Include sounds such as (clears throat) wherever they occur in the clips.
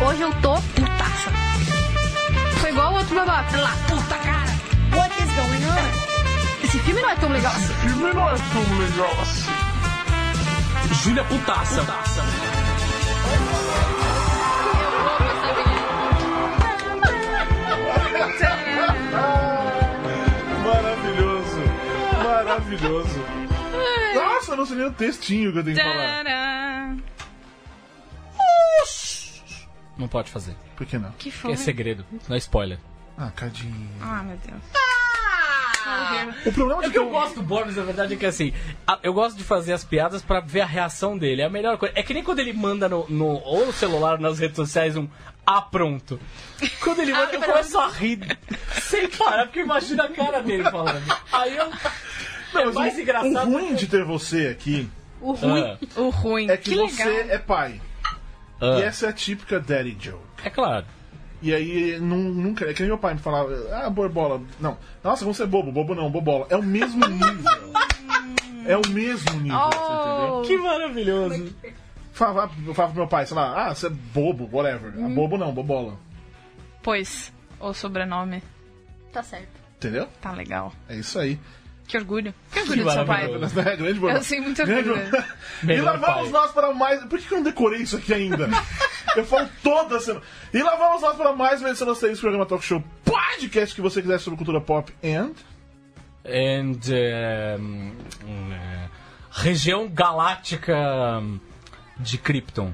Hoje eu tô putaça. Foi igual o outro babaca. Lá, puta cara. What is going on? Esse filme não é tão legal assim. filme não é tão legal assim. Júlia Putaça. Putaça. Maravilhoso. Maravilhoso. Nossa, eu não sei nem o textinho que eu tenho que falar. Tcharam. Não pode fazer. Por que não? porque Que foi? É segredo. Não é spoiler. Ah, cadinho. Ah, meu Deus. O problema O de É que Ah! eu gosto do Borbs, na verdade, é que assim, a- eu gosto de fazer as piadas pra ver a reação dele. É a melhor coisa. É que nem quando ele manda no, no ou no celular ou nas redes sociais um ah, pronto. Quando ele manda, eu começo a rir sem parar, porque eu imagino a cara dele falando. Aí eu. é Mas o- mais engraçado. O ruim de ter você aqui O ruim. O ruim. é que, você legal. é pai. Ah, E essa é a típica daddy joke. É claro. E aí, nun- nunca. É que nem meu pai me falava, ah, borbola. Não. Nossa, você é bobo, bobo não, bobola. É (laughs) o mesmo nível. é o mesmo nível, você entendeu? Oh. Que maravilhoso. Falava, eu falava pro meu pai, sei lá, ah, você é bobo, whatever. Hum. Ah, Bobo não, bobola. Pois, o sobrenome Tá certo. Entendeu? tá legal. É isso aí. (laughs) Que orgulho. Que orgulho Que do seu pai. maravilhoso. É grande bobo. Eu sei muito grande orgulho. bobo. (laughs) E lá Melhor vamos pai. nós para mais. Por que que eu não decorei isso aqui (laughs) ainda? eu falo toda semana. E lá vamos nós para mais uma edição do Asterisco, programa Talk Show Podcast que você quiser sobre cultura pop and. and um, eh, região galáctica hum, de Krypton.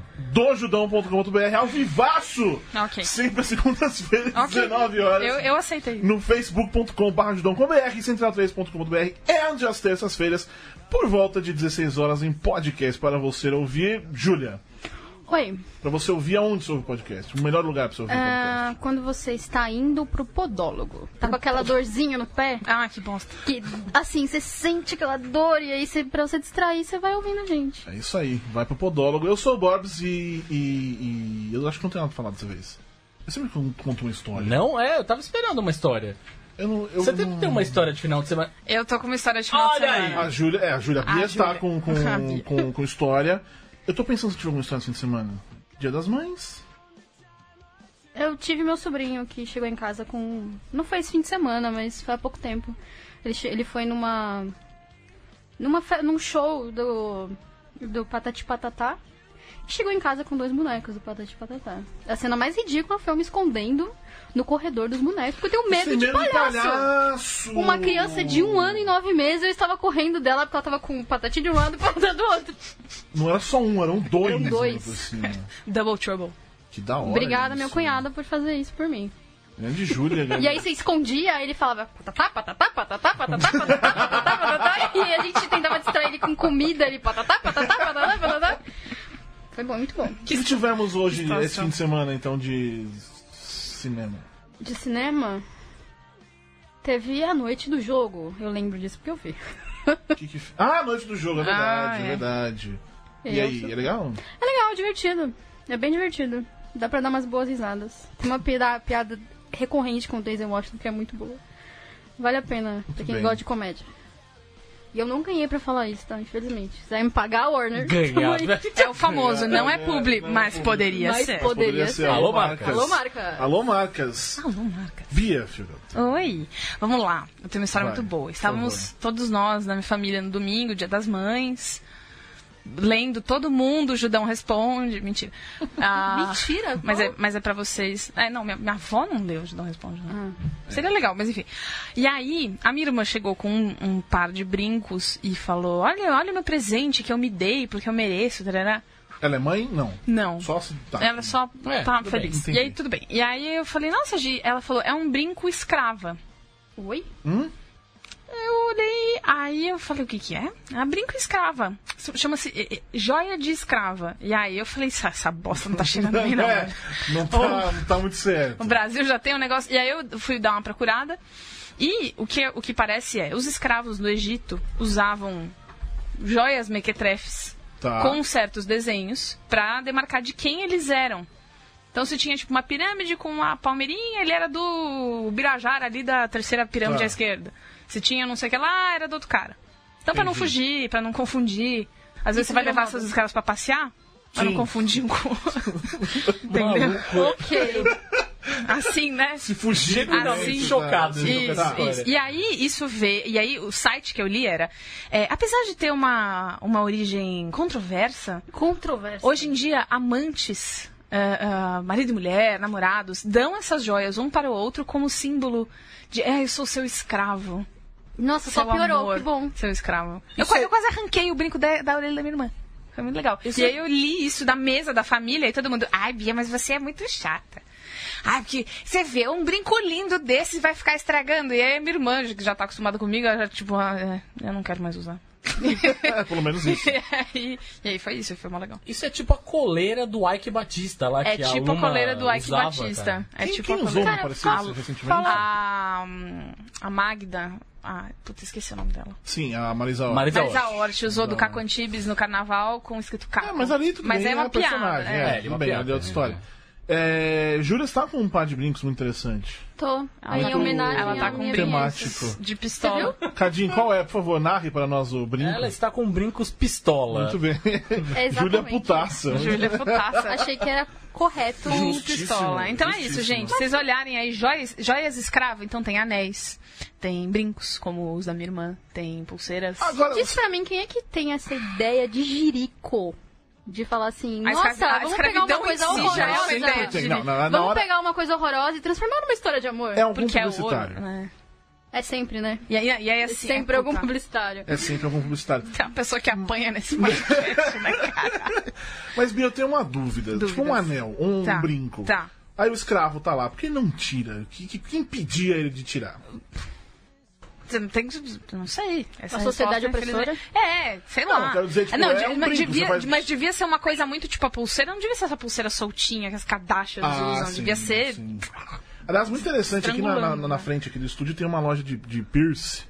dojudão.com.br ao vivaço! Ok. Sempre às (laughs) segundas-feiras, às Ok. 19 horas. Eu, eu aceitei. No facebook.com.br, judão.com.br, central3.com.br e às terças-feiras, por volta de 16 horas, em podcast para você ouvir. Júlia, Oi, para você ouvir aonde você ouve podcast? O melhor lugar para você ouvir podcast. ah, quando você está indo pro podólogo, tá com aquela dorzinha no pé, Ah, que bosta. que assim, você sente aquela dor e aí você, pra você distrair, você vai ouvindo a gente. É isso aí, vai pro podólogo. Eu sou o Borbs e, e- e eu acho que não tenho nada pra falar dessa vez. Eu sempre conto uma história. Não é, eu tava esperando uma história. Eu não, eu Você não- tem que ter uma história de final de semana. Eu tô com uma história de final de Olha aí. semana. A Júlia, é, a Júlia Bia está Júlia. com, com, (laughs) A Bia. com, com história. Eu tô pensando se tive alguma história no fim de semana. Dia das Mães? Eu tive meu sobrinho que chegou em casa com. Não foi esse fim de semana, mas foi há pouco tempo. Ele, che- ele foi numa. numa fe- num show do. do Patati Patatá. E chegou em casa com dois bonecos do Patati Patatá. A cena mais ridícula foi eu me escondendo no corredor dos bonecos, porque eu tenho medo, Sem de, medo palhaço. de palhaço! Uma criança de um ano e nove meses, eu estava correndo dela porque ela estava com patati de um lado e patati do outro. Não era só um, eram dois. Eram dois. né, por cima. Double Trouble. Que da hora. né, Obrigada, isso. né? meu cunhado, por fazer isso por mim. Grande (laughs) Júlia. grande- E aí você escondia, aí ele falava patatá, patatá, patatá, patatá, patatá, patatá, patatá, e a gente tentava distrair ele com comida, ele patatá, patatá, patatá, patatá. Foi bom, muito bom. O que tivemos hoje, Situação. esse fim de semana, então, de cinema? De cinema, teve a noite do jogo, eu lembro disso porque eu vi. O que que- Ah, Noite do Jogo, é verdade, Ah, é é. verdade. E Eu aí, sou- é legal? É legal, é divertido, é bem divertido. Dá pra dar umas boas risadas. Tem uma piada, piada recorrente com o Daisy Washington que é muito boa. Vale a pena, pra quem bem. gosta de comédia. E eu não ganhei pra falar isso, tá? Infelizmente. Se quiser me pagar, Warner. (laughs) Ganhar. É o famoso, não é É, publi, não é mas publi. poderia Mas ser. pod- Poderia ser. Alô, Alô, marca. Alô, Marcas. Alô, Marca. Bia, filho. Oh. Oi, vamos lá. Eu tenho uma história Vai, muito boa. por Estávamos favor. todos nós na minha família no domingo, dia das mães, lendo todo mundo, o Judão responde. (laughs) Mentira. Ah, Mentira? Mas é, mas é pra vocês. É, não, minha, minha avó não deu, não responde. Né? Seria legal, mas enfim. E aí, a minha irmã chegou com um, um par de brincos e falou: Olha, olha o meu presente que eu me dei, porque eu mereço. Tarará. Ela é mãe? Não. Não. Só se tá. Ela só É, tá tudo feliz. bem, entendi. e aí, tudo bem. E aí eu falei, nossa, Gi, ela falou, é um brinco escrava. Oi? Hum? Eu olhei, aí eu falei, o que que é? Ah, brinco escrava. Chama-se eh, eh, joia de escrava. E aí eu falei, essa, essa bosta não tá cheirando bem, não. (laughs) é, né? velho." não Oh. tá, não tá muito certo. O Brasil já tem um negócio. E aí eu fui dar uma procurada. E o que, o que parece é, os escravos do Egito usavam joias mequetrefes Tá. com certos desenhos pra demarcar de quem eles eram. Então se tinha tipo uma pirâmide com uma palmeirinha, ele era do Birajara ali da terceira pirâmide Tá. à esquerda. Se tinha não sei o que lá, era do outro cara. Então pra não Entendi. é fugir, pra não confundir, às Isso vezes você vai virou levar moda. seus escravos pra passear, Pra não Sim. confundir um com (laughs) o outro. Entendeu? (laughs) Ok. Assim, né? Se fugir do Genuinamente Assim, chocado. tá? Isso, Isso, Tá. isso. E aí, isso vê. E aí, o site que eu li era. é, apesar de ter uma, uma origem controversa, Controverso. hoje em dia, amantes, ah, ah, marido e mulher, namorados, dão essas joias um para o outro como símbolo de. É, eu sou seu escravo. Nossa, só seu piorou, amor, que bom. Seu escravo. Eu, Isso quase- é- eu quase arranquei o brinco da, da orelha da minha irmã. Foi muito legal. Isso e é- aí eu li isso da mesa da família e todo mundo. Ai, Bia, mas você é muito chata. Ai, porque você vê um brinco lindo desse e vai ficar estragando. E aí a minha irmã, que já tá acostumada comigo, ela já, tipo, ah, é, eu não quero mais usar. (laughs) É, pelo menos isso. E aí, e aí foi isso, foi mó legal. Isso é tipo a coleira do Ike Batista lá É que tipo a Luma coleira do Ike usava, Batista. cara. É quem tipo quem a usou coleira. uma parecida fala- recentemente? A, hum, a Magda. Ah, puta, esqueci o nome dela. Sim, a Marisa Hort. Marisa Mas a Hort. Hort usou do Caco Antibes no carnaval com escrito Caco. É, mas ali tudo Mas bem, é uma piada. personagem. né? É, É, ele é tudo uma bem, piada, ali é outra né? história. É, Júlia está com um par de brincos muito interessante. Tô. Em tá- homenagem ela tá à com minha brilho. criança. Temático. De pistola. Cadinho, qual é? Por favor, narre para nós o brinco. Ela é está com brincos pistola. (laughs) Muito bem. É, exatamente. Júlia Putaça. Então, Júlia Futaça. Achei que é um era correto. Com Justíssimo, pistola. Então é isso, justíssimo. gente. Vocês olharem aí, joias, joias escravo, então tem anéis, tem brincos, como os da minha irmã, tem pulseiras. Agora, Diz pra mim, quem é que tem essa ideia de jirico? De falar assim, A escravi- nossa, a vamos pegar uma escravidão coisa em si horrorosa. já é uma ideia de tem. Não, na- na vamos hora- pegar uma coisa horrorosa e transformar numa história de amor. é um porque é ouro. publicitário. né? É sempre, né? E aí, e aí assim, sempre é, algum puta, publicitário. É sempre algum publicitário. Tem uma pessoa que apanha nesse podcast, né, cara? Mas, Bia, eu tenho uma dúvida. Tipo Dúvidas. um anel, um (laughs) Tá, brinco. tá. Aí o escravo tá lá. Por que não tira? Que- que- Quem impedia ele de tirar? Tem que- não sei. Essa A sociedade resposta, opressora? Ah. infelizmente- É, sei lá. Não, quero dizer, tipo, Não, é de- um mas, brinco, devia, você faz- mas devia ser uma coisa muito tipo a pulseira. Não devia ser essa pulseira soltinha que as Kardashians usam. devia ser. Ah, sim. Aliás, muito interessante, aqui na, na- Estrangulando, na né? frente aqui do estúdio tem uma loja de, de piercing.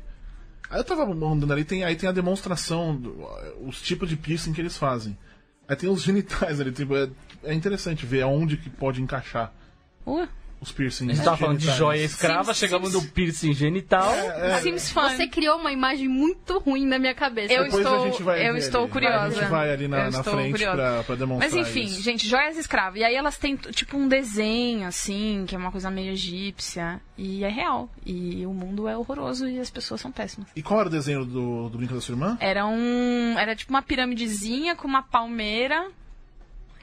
Aí eu tava andando ali, tem, aí tem a demonstração, do- os tipos de piercing que eles fazem. Aí tem os genitais ali, tipo, é, é interessante ver aonde que pode encaixar Uh, os piercings. A gente tava falando de genitais. joia escrava, Sim, chegamos sim. no piercing genital. É. É. Sims fun. Você criou uma imagem muito ruim na minha cabeça. Eu Depois estou- a gente vai eu ver estou ali. curiosa. A gente vai ali Eu na, na estou frente curiosa. pra, pra demonstrar Mas enfim, isso. gente, joias escravas. E aí elas têm t- tipo um desenho, assim, que é uma coisa meio egípcia. E é real. E o mundo é horroroso e as pessoas são péssimas. E qual era o desenho do, do brinco da sua irmã? Era um. Era tipo uma piramidezinha com uma palmeira.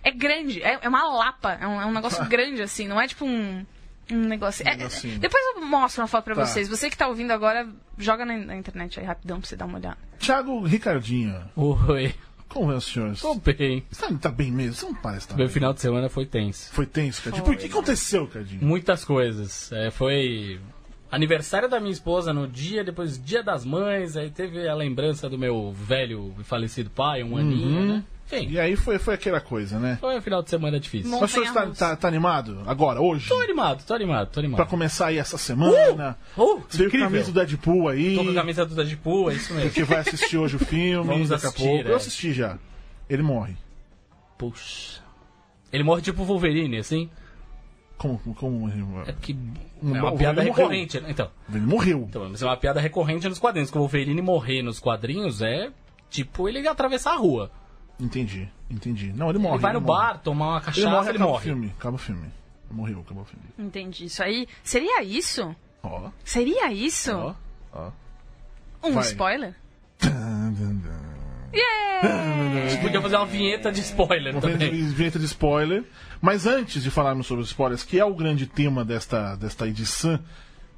É grande, é, é uma lapa. É um, é um negócio grande, assim, não é tipo um. Um negócio. é- é- negocinho. depois eu mostro uma foto pra Tá. vocês. Você que tá ouvindo agora, joga na, na internet aí rapidão pra você dar uma olhada. Thiago Ricardinho, Oi. como é os senhores? Tô bem. Você tá bem mesmo? Você não parece estar Meu bem. final de semana foi tenso. Foi tenso, Cardinho. Por que que aconteceu, Cardinho? Muitas coisas. É, foi aniversário da minha esposa no dia, depois dia das mães, aí teve a lembrança do meu velho e falecido pai, um aninho, né? Enfim, E aí foi, foi aquela coisa, né? foi um final de semana difícil. Mon- Mas o senhor está, Montanha-russa. tá- tá animado agora, hoje? Tô animado, tô animado, tô Pra animado. começar aí essa semana? Uh, Veio Tá incrível. o camisa do Deadpool aí, Tô com a camisa do Deadpool, é isso mesmo. que vai assistir hoje o filme, Vamos daqui assistir, a pouco. é. Eu assisti já. Ele morre. (laughs) Puxa. Ele morre tipo Wolverine, assim? Como, como, como ele morre? É porque é Não, uma o piada Wolverine morreu. recorrente, né? Então, Ele morreu. então, mas é uma piada recorrente nos quadrinhos. Que o Wolverine morrer nos quadrinhos é tipo ele atravessar a rua. Entendi, entendi. Não, ele morre. Ele vai no morre. bar, tomar uma Ele morre, cachaça, ele acaba o morre. filme. Acaba o filme. Morreu, acabou o filme. Entendi. Isso aí. Seria isso? Ó, Seria isso? ó, ó. Ah, Um Vai. spoiler? Tan, tan, tan. A gente podia fazer uma vinheta de spoiler Uma vinheta também. de- vinheta de spoiler. Mas antes de falarmos sobre os spoilers, que é o grande tema desta, desta edição,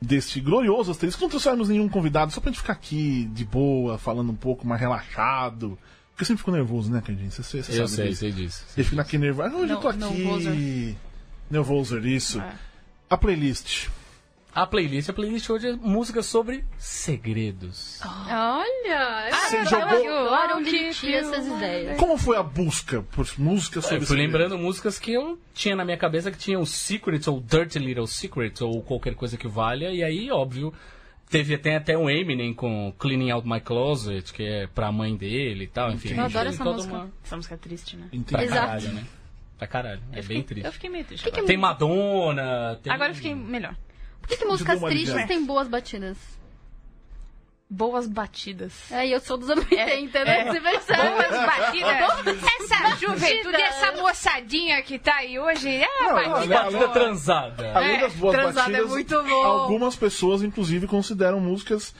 deste glorioso asterisco, não trouxemos nenhum convidado, só pra gente ficar aqui de boa, falando um pouco mais relaxado. Porque eu sempre fico nervoso, né, Candinho? Você, você, você Eu sabe sei, disso. sei disso. Ele fica aqui nervoso. Ah, hoje eu tô No- aqui. Nervoso, isso. É. A playlist. A playlist, a playlist hoje é música sobre segredos. Olha! Você eu jogou- adoro onde ele tira essas ideias. Como foi a busca por músicas sobre Eu fui lembrando músicas que eu tinha na minha cabeça que tinham Secrets ou Dirty Little Secrets ou qualquer coisa que valha. E aí, óbvio, teve tem até um Eminem com Cleaning Out My Closet, que é pra mãe dele e tal, enfim. Entendi. Eu adoro Tem essa toda música. uma- Essa música é triste, né? Entendi. Pra Exato. caralho, né? Pra caralho. É bem triste. Eu fiquei meio triste. agora. Tem Madonna, tem... um Agora eu fiquei melhor. Por que, que músicas Deu uma tristes ligada. têm boas batidas? boas batidas. É, e eu sou dos anos 80, É, né? Você Boas percebe? batidas. Essa juventude, essa moçadinha que tá aí hoje, é Não, batida. olha, Batida boa. transada. Além É, das boas transada batidas, é muito bom. algumas pessoas, inclusive, consideram músicas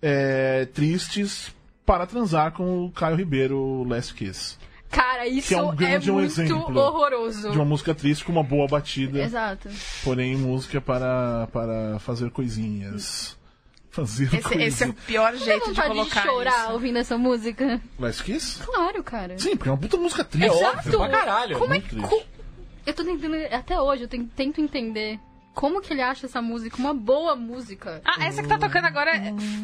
é, tristes para transar com o Caio Ribeiro Last Kiss. Cara, isso Que é um grande muito exemplo horroroso. De um- uma música triste com uma boa batida, Exato. porém música para, para fazer coisinhas. Fazer Esse, coisinhas. esse é o pior Tem jeito de vontade de colocar chorar isso. ouvindo essa música? Last Kiss? Claro, cara. Sim, porque é uma puta música É triste. óbvio, pra caralho. Como é Muito que. triste. co- Eu tô tentando. Até hoje, eu ten- tento entender como que ele acha essa música uma boa música. Ah, essa que tá tocando agora,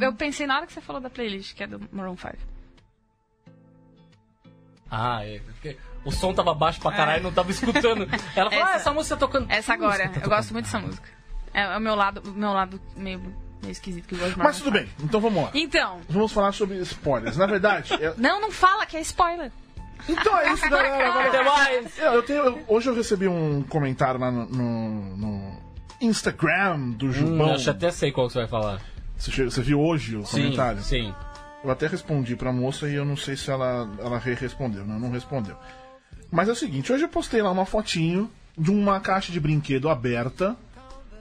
eu pensei na hora que você falou da playlist, que é do Maroon 5. Ah, é. Porque o som tava baixo pra caralho, não tava escutando. Ela falou, ah, É. Essa- essa música tá tocando. Essa Que música agora, tá eu tocando? gosto muito dessa música. É, é o meu lado, o meu lado meio, meio esquisito que eu gosto de Mas Maroon tudo 5. bem, então vamos lá. Então, Vamos falar sobre spoilers. Na verdade, é- não, não fala que é spoiler. então é isso, galera. Agora Até mais. É, Eu, eu tenho, eu- hoje eu recebi um comentário lá no, no- no Instagram do Hum, Jubão. eu até sei qual que você vai falar. você, che- você viu hoje o Sim, comentário? sim. Eu até respondi pra moça e eu não sei se ela, ela re-respondeu, né? Não respondeu. Mas é o seguinte, hoje eu postei lá uma fotinho de uma caixa de brinquedo aberta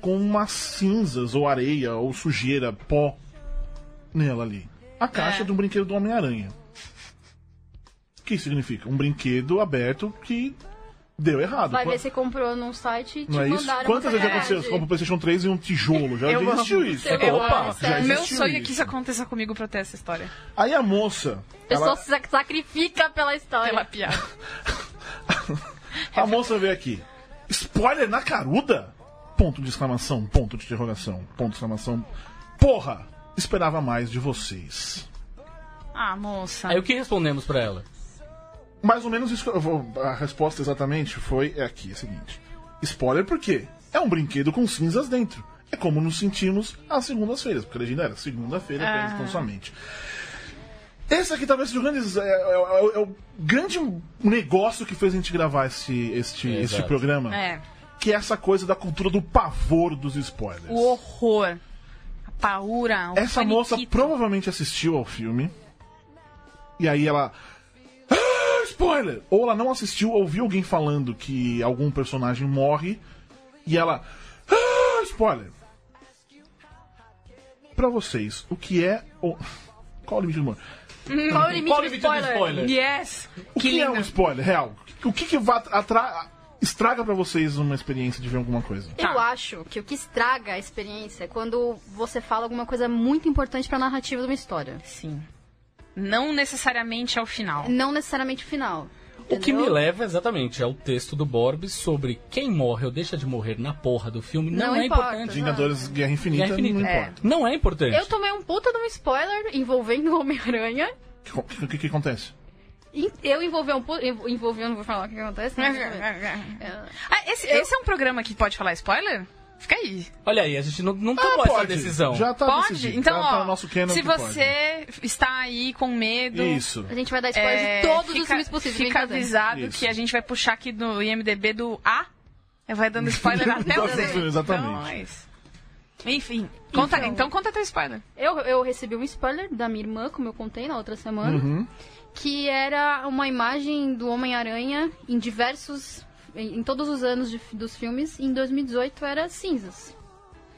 com umas cinzas ou areia ou sujeira, pó nela ali. A É. caixa de um brinquedo do Homem-Aranha. O que significa? Um brinquedo aberto que deu errado. Vai Qua- ver se comprou num site e te Não é isso? mandaram. Quantas uma vezes já aconteceu? Você verdade. compra o PlayStation 3 e um tijolo. Já, Eu já existiu amo. isso. Eu Opa, amo, já o meu existiu sonho é isso. que isso aconteça comigo pra eu ter essa história. Aí a moça. A pessoa ela- se sac- sacrifica pela história. Pela piada. A moça veio aqui. Spoiler na caruda? Ponto de exclamação, ponto de interrogação, ponto de exclamação. Porra! Esperava mais de vocês. Ah, moça. Aí o que respondemos pra ela? Mais ou menos isso que eu vou. A resposta exatamente foi é aqui, é a seguinte. Spoiler por quê? É um brinquedo com cinzas dentro. É como nos sentimos às segundas-feiras, porque a legenda era segunda-feira, Ah. apenas tão somente. Esse aqui talvez seja o grande, é, é- é- é o grande negócio que fez a gente gravar este, este, Exato. este programa. É, que é essa coisa da cultura do pavor dos spoilers. o horror. A paura. O Essa moça faniquito. provavelmente assistiu ao filme. E aí ela. "Ah, spoiler! Ou ela não assistiu, ouviu alguém falando que algum personagem morre. E ela. "Ah, spoiler! Pra vocês, o que é. o- Qual o limite do humor? Qual o limite, Qual o do limite do spoiler? Yes! O que, que é um lindo. spoiler, real? O que, que vai atra- estraga pra vocês uma experiência de ver alguma coisa? Eu Tá. acho que o que estraga a experiência é quando você fala alguma coisa muito importante pra narrativa de uma história. Sim. Não necessariamente ao final. Não necessariamente o final. O que me entendeu? leva exatamente ao texto do Borbes sobre quem morre ou deixa de morrer na porra do filme não, Não é importa, importante. não. Vingadores Guerra Infinita, Guerra Infinita. não É. importa. Não é importante. Eu tomei um puta de um spoiler envolvendo o Homem-Aranha. O que, que- que acontece? E Eu envolvi um puta. Envolvi, eu não vou falar o que acontece. Né? É. Ah, esse, esse é um programa que pode falar spoiler? Fica aí. Olha aí, a gente não, não tomou Tá essa decisão. Ah, Já tá pode? decidido. Então, tá, tá ó, no nosso canon se que pode. você está aí com medo... Isso. A gente vai dar spoiler é, de todos os fica- filmes possíveis. Fica vem fazer. avisado Isso. que a gente vai puxar aqui no IMDB do A. Vai dando spoiler até o Z. Exatamente. Então, é isso. Enfim, conta, então, conta teu spoiler. Eu, eu recebi um spoiler da minha irmã, como eu contei na outra semana, Uhum. Uhum. que era uma imagem do Homem-Aranha em diversos. Em, em todos os anos de fi- dos filmes, e em 2018 era cinzas.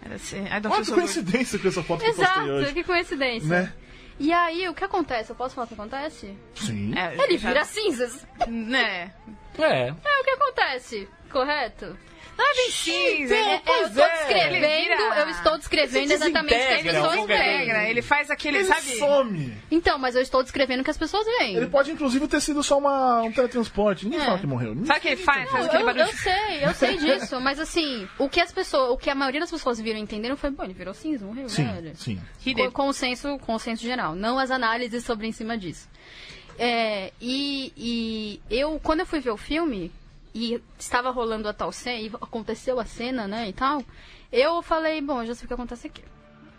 Era assim, I don't Olha feel que so good. coincidência com essa foto que eu postei Exato, hoje. que coincidência. Né? E aí, o que acontece? Eu posso falar o que acontece? Sim. É, Ele já- vira cinzas. Né? É. É o que acontece, correto? Não é bem cinza. É, Ele, eu estou descrevendo, Ele vira- eu estou descrevendo Ele se exatamente o que desintegra, as é um pessoas ele lugar- veem. integra, ele faz aquele, Ele sabe? some. Então, mas eu estou descrevendo o que as pessoas veem. Ele pode, inclusive, ter sido só uma, um teletransporte. Ninguém fala que morreu. É. Sabe o que ele faz? Faz Eu, aquele eu barulho. sei, eu sei disso, mas assim, o que as pessoas, o que a maioria das pessoas viram e entenderam foi, bom, ele virou cinza, morreu, né, Sim, velho. sim. He Co- did. Consenso, consenso geral, não as análises sobre em cima disso. É, e, e eu, quando eu fui ver o filme, e estava rolando a tal cena, e aconteceu a cena, né, e tal, eu falei, bom, eu já sei o que acontece aqui.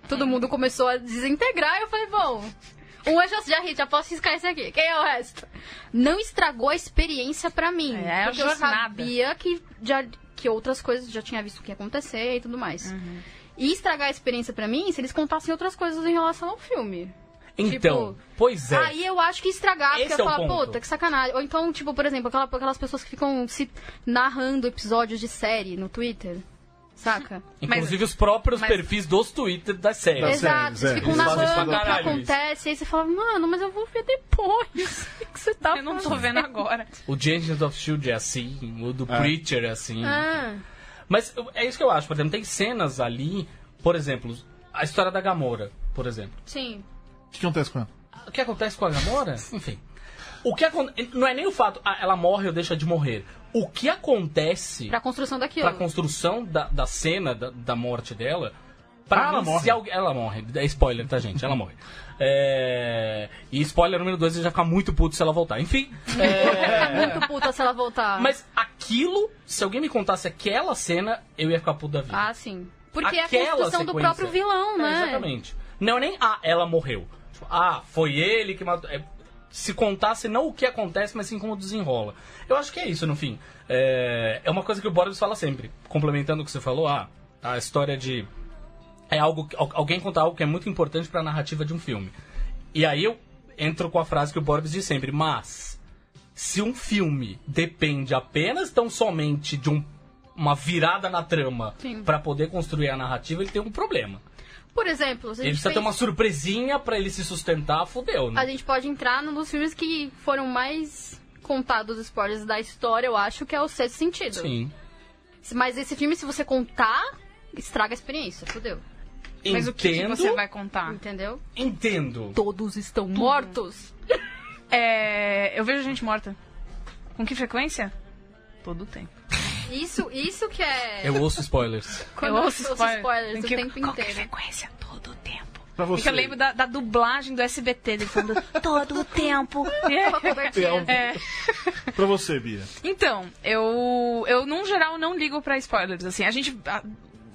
Todo mundo começou a desintegrar, e eu falei, bom, um eu já, já ri, já posso riscar esse aqui, quem é o resto? Não estragou a experiência pra mim, É, a porque eu jornada. sabia que, já, que outras coisas já tinha visto o que ia acontecer e tudo mais. E estragar a experiência pra mim se eles contassem outras coisas em relação ao filme. Então, Tipo, pois é. Aí eu acho que estragar, Esse porque eu é o falo, ponto. puta, que sacanagem. Ou então, tipo, por exemplo, aquela- aquelas pessoas que ficam se narrando episódios de série no Twitter, saca? Inclusive os próprios mas- perfis dos Twitter das séries. Mas- Exato, séries, eles é. ficam Tá Eles fazem isso pra narrando o que caralho, isso. acontece, e aí você fala, mano, mas eu vou ver depois. (laughs) O que que você tá Eu não tô fazendo?" vendo agora. O de Agents of Shield é assim, o do É. Preacher é assim. Ah, Mas eu- é isso que eu acho, por exemplo, tem cenas ali, por exemplo, a história da Gamora, por exemplo. sim. O que que acontece com ela? O que acontece com a (laughs) Gamora? Enfim. O que acon- não é nem o fato, ah, ela morre ou deixa de morrer. O que acontece Pra construção daquilo. pra construção da, da cena da, da morte dela. Ah, Pra ela mim, morre. se alguém- ela morre. É spoiler, tá, gente? Ela morre. É, E spoiler número 2, ele já fica muito puto se ela voltar. Enfim. Ficar muito puta se ela voltar. É. Mas aquilo, se alguém me contasse aquela cena, eu ia ficar puto da vida. Ah, sim. Porque é a Aquela construção do sequência. próprio vilão, É, né? exatamente. Não é nem, ah, ela morreu. Tipo, ah, foi ele que matou. É, se contasse não o que acontece, mas sim como desenrola. Eu acho que é isso, no fim. É, é uma coisa que o Boris fala sempre. Complementando o que você falou, ah, a história de. É algo. que- al- Alguém contar algo que é muito importante pra narrativa de um filme. E aí eu entro com a frase que o Boris diz sempre, mas. Se um filme depende apenas tão somente de um- uma virada na trama Sim. pra poder construir a narrativa, ele tem um problema. Por exemplo, se a Ele gente, precisa ter uma pensa- surpresinha pra ele se sustentar, fudeu, né? a gente pode entrar num dos filmes que foram mais contados spoilers da história, eu acho, que é o Sexto Sentido. Sim. Mas esse filme, se você contar, estraga a experiência, fodeu. Mas o que, que Entendo, você vai contar? Entendeu? entendo. Todos estão mortos. É, eu vejo gente morta. Com que frequência? Todo tempo. Isso, isso que é. Eu ouço spoilers. Quando eu ouço spoilers, o tempo Com que é inteiro. frequência? Todo tempo. Pra Porque você. eu lembro da, da dublagem do SBT, dele falando (laughs) todo o tempo. Uma cobertinha. É. Pra você, Bia. Então, eu, eu, num geral, não ligo pra spoilers. Assim, a gente. a-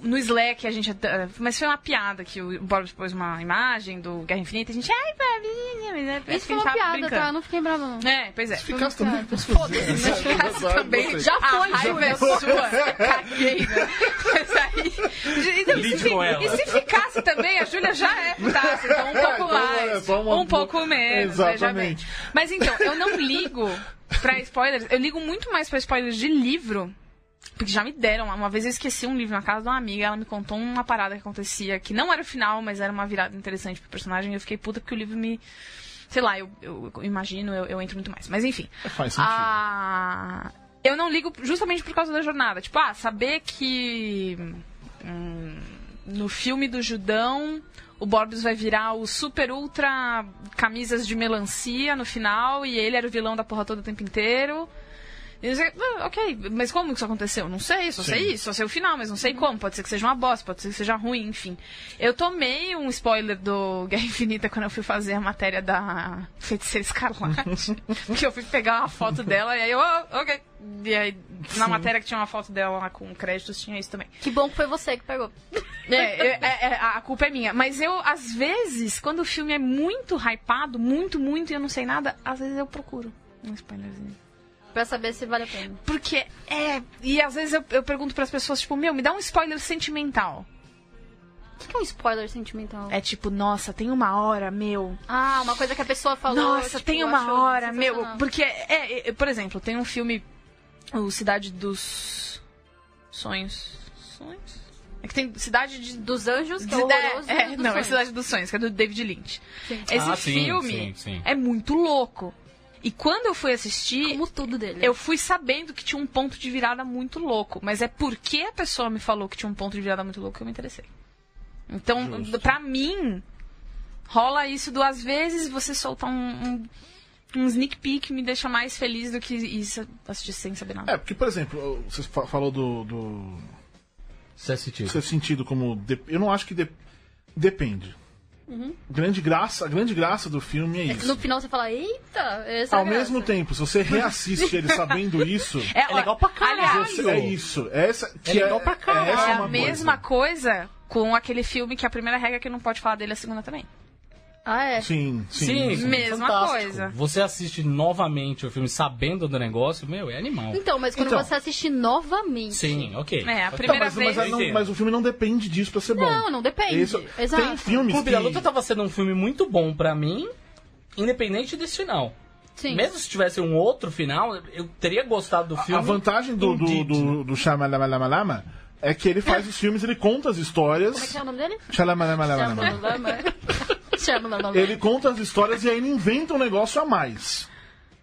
no Slack, a gente. até- Mas foi uma piada que o Boris pôs uma imagem do Guerra Infinita. e A gente. Ai, Fabinha, mas é- parece Isso que foi a gente uma tava piada, brincando. tá? Eu não fiquei brava, não. É, pois é. Se ficasse também, fosse Foda-se, mas ficasse também. Já foi, a raiva é sua. (laughs) Caguei, né? Mas aí. Então, Lide se, fi- com ela. e se ficasse também, a Júlia já é putaça, então um É, pouco então, é, mais. só uma- um pouco menos, veja bem. Exatamente. Mas então, eu não ligo pra spoilers. Eu ligo muito mais pra spoilers de livro. Porque já me deram. Uma vez eu esqueci um livro na casa de uma amiga. Ela me contou uma parada que acontecia. Que não era o final, mas era uma virada interessante pro personagem. E eu fiquei puta porque o livro me. Sei lá, eu, eu imagino, eu- eu entro muito mais. Mas enfim. É, Faz sentido. Ah, eu não ligo justamente por causa da jornada. Tipo, ah, saber que hum, no filme do Judão o Borbs vai virar o super ultra camisas de melancia no final e ele era o vilão da porra todo o tempo inteiro. E eu sei, "Ah, ok, mas como que isso aconteceu? Não sei, só sei Sim. isso, só sei o final, mas não sei como. Pode ser que seja uma bosta, pode ser que seja ruim, enfim. Eu tomei um spoiler do (laughs) Guerra Infinita quando eu fui fazer a matéria da Feiticeira Escarlate. porque eu fui pegar uma foto dela e aí eu, "Ah, ok. E aí, na matéria que tinha uma foto dela lá com créditos, tinha isso também. Que bom que foi você que pegou. É, eu- é, é, a culpa é minha. Mas eu, às vezes, quando o filme é muito hypado, muito, muito, e eu não sei nada, às vezes eu procuro um spoilerzinho. Pra saber se vale a pena. Porque é. E às vezes eu, eu pergunto pras pessoas, tipo, meu, me dá um spoiler sentimental. O que que é um spoiler sentimental? É tipo, nossa, tem uma hora, meu. Ah, uma coisa que a pessoa falou. Nossa, tipo, tem uma achou hora, meu. sensacional. Porque, é, é, por exemplo, tem um filme, o Cidade dos Sonhos. Sonhos? É que tem Cidade de. Dos anjos, que é de- horroroso. é, dos não, é sonhos. Cidade dos Sonhos, que é do David Lynch. Sim. Esse Ah, sim, filme sim, sim. é muito louco. E quando eu fui assistir, Como tudo dele. eu fui sabendo que tinha um ponto de virada muito louco. Mas é porque a pessoa me falou que tinha um ponto de virada muito louco que eu me interessei. Então, Justo. pra mim, rola isso do às vezes você soltar um, um, um sneak peek me deixa mais feliz do que isso assistir sem saber nada. É, porque, por exemplo, você fa- falou do, do Isso é sentido. seu sentido como. de- Eu não acho que de- depende. Uhum. Grande graça, a grande graça do filme é isso. No final você fala, eita, essa é a graça. Ao mesmo tempo, se você reassiste ele sabendo isso, É legal pra caralho. Aliás, você- é isso. Essa, que legal pra caralho. essa é é a uma mesma coisa com aquele filme que a primeira regra é que não pode falar dele, a segunda é também. Ah, é? Sim, sim. Sim, sim, Mesma fantástico. coisa. Você assiste novamente o filme sabendo do negócio, meu, é animal. Então, mas quando Então. você assiste novamente. Sim, ok. É, a Então, primeira mas- Não, mas, vez. mas não- mas o filme não depende disso pra ser tá bom. Não, não depende. Esse- Exato. Tem filmes Clube que... da Luta tava sendo um filme muito bom pra mim, independente desse final. Sim. Mesmo se tivesse um outro final, eu teria gostado do filme. A vantagem do, do, do, do Shyamalamalama é que ele faz os filmes, ele conta as Como é histórias. que é o nome dele? Shyamalamalama. Chama Ele conta as histórias e ainda inventa um negócio a mais.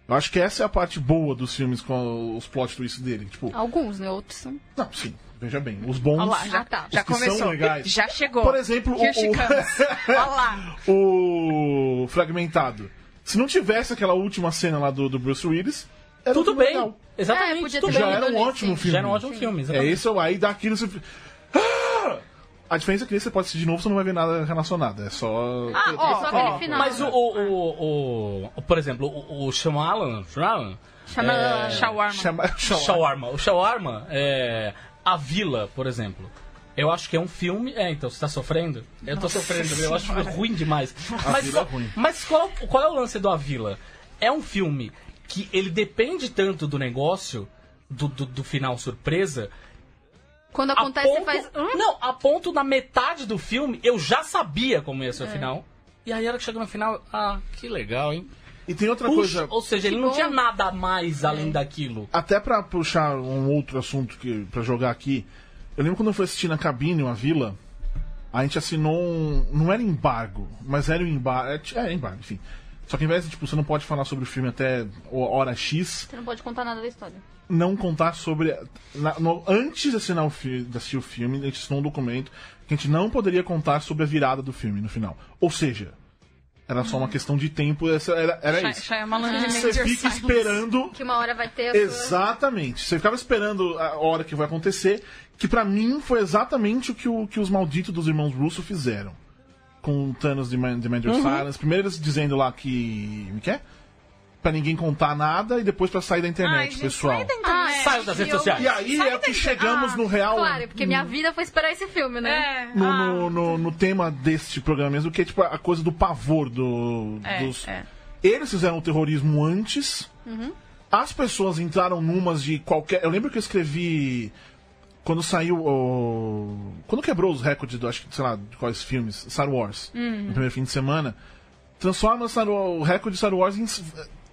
Eu acho que essa é a parte boa dos filmes com os plot twists dele. Tipo, Alguns, né? Outros são. não, sim, veja bem, os bons. Olha lá, já, Ah, tá. já Os que são começou. legais. Já chegou. Por exemplo, o- Here she o- (laughs) comes. Olha lá. o Fragmentado. Se não tivesse aquela última cena lá do, do Bruce Willis, era um Tudo filme bem. legal. É, Exatamente, podia tudo ter bem. Já era um Sim. ótimo filme. Já era um ótimo filme. É exatamente. isso, aí dá aquilo. Você... Ah! A diferença é que você pode assistir de novo, você não vai ver nada relacionado. É só. Ah, ó, só aquele ó, final. né? Mas o, o, o, o- Por exemplo, o, o Shyamalan. Shyamalan? Chama. É. Shawarma. Chama... (laughs) Chama... Shawarma. O Shawarma é. A Vila, por exemplo. Eu acho que é um filme. É, então, você tá sofrendo? Eu tô sofrendo, eu acho ruim (laughs) demais. mas Vila é qual- ruim. mas qual, qual é o lance do A Vila? É um filme que ele depende tanto do negócio, do, do, do final surpresa. Quando a acontece, você ponto- faz. Hum? Não, a ponto na metade do filme eu já sabia como ia ser É. o final. E aí, a hora que chega no final, eu, ah, que legal, hein? E tem outra Puxa, coisa. ou seja, ele Que não bom. tinha nada a mais além daquilo. Até pra puxar um outro assunto que para jogar aqui. Eu lembro quando eu fui assistir na cabine, uma vila. A gente assinou um. Não era embargo, mas era um embargo. Era embargo, enfim. Só que ao invés de, tipo, você não pode falar sobre o filme até hora X, Você não pode contar nada da história. não contar sobre. na- no- antes de, assinar o fi- de assistir o filme, a gente assinou um documento que a gente não poderia contar sobre a virada do filme no final. Ou seja, era só uma questão de tempo, essa, era, era É isso. Shyamalan é de Você Major fica Silence. esperando. né, Que uma hora vai ter a sua- Exatamente. Você ficava esperando a hora que vai acontecer, que pra mim foi exatamente o que, o que os malditos dos irmãos Russo fizeram. Com o Thanos de, Man de Major Uhum. Silence. Primeiro eles dizendo lá que. me quer? Pra ninguém contar nada e depois pra sair da internet, Ai, gente, pessoal. sai da Ah, internet. Saiu das redes sociais. E aí Sabe é que daí- chegamos Ah, no real. Claro, porque minha vida foi esperar esse filme, né? É, No, ah, no, no, no tema deste programa mesmo, que é tipo a coisa do pavor do, É, dos. é. Uhum. Eles fizeram o terrorismo antes. As pessoas entraram numas de qualquer. Eu lembro que eu escrevi. Quando saiu o. Quando quebrou os recordes do, acho que, sei lá, de quais filmes? Star Wars. Hum. No primeiro fim de semana. Transforma Star Wa- o recorde de Star Wars em.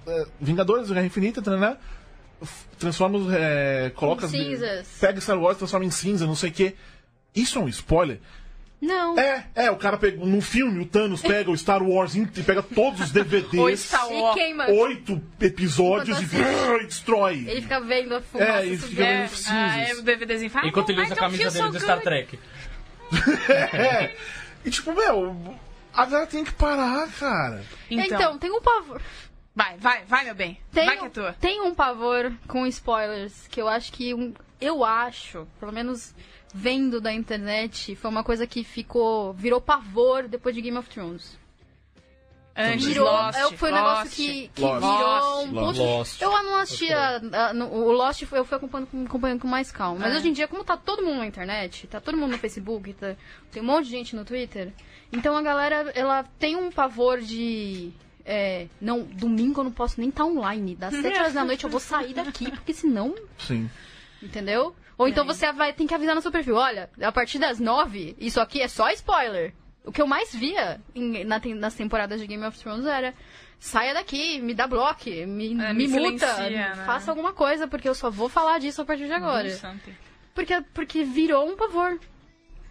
eh, Vingadores, Guerra Infinita, né? Transforma os. eh, coloca. as- cinzas. Pega Star Wars, transforma em cinza, não sei o quê. Isso é um spoiler? Não. É, é, o cara pegou. No filme, o Thanos pega o Star Wars e pega todos os DVDs. Ou Star E Wars. queima. oito episódios e Enquanto brrr, (laughs) destrói. Ele fica vendo a É, fumaça ele subir. fica vendo É, cinzas. ah, é o DVDzinho. Ah, Enquanto ele não, usa a I don't camisa feel dele so do Star good. Trek. É. E tipo, meu, a galera tem que parar, cara. Então, Então, tem um pavor. vai, vai, vai, meu bem. Tem, vai que um- é tua. tem um pavor com spoilers que eu acho que. um- eu acho, pelo menos vendo da internet, foi uma coisa que ficou. virou pavor depois de Game of Thrones. Antes, Virou. Lost, é, foi um Lost. negócio que, que Lost. virou um Lost. ponto. Lost. Eu não assistia. a- no- o Lost foi- eu fui acompanhando, com- acompanhando com mais calma. É. Mas hoje em dia, como tá todo mundo na internet, tá todo mundo no Facebook, tá- tem um monte de gente no Twitter. Então a galera, ela tem um pavor de. é, não, domingo eu não posso nem estar online. Das 7 horas da noite eu vou sair daqui, porque senão Sim. Entendeu? Ou então você vai, tem que avisar no seu perfil, olha, a partir das nove, isso aqui é só spoiler. O que eu mais via em- na tem- nas temporadas de Game of Thrones era saia daqui, me dá bloco, me, É, me me multa, silencia, né? faça alguma coisa, porque eu só vou falar disso a partir de agora. Something. Porque, porque virou um pavor.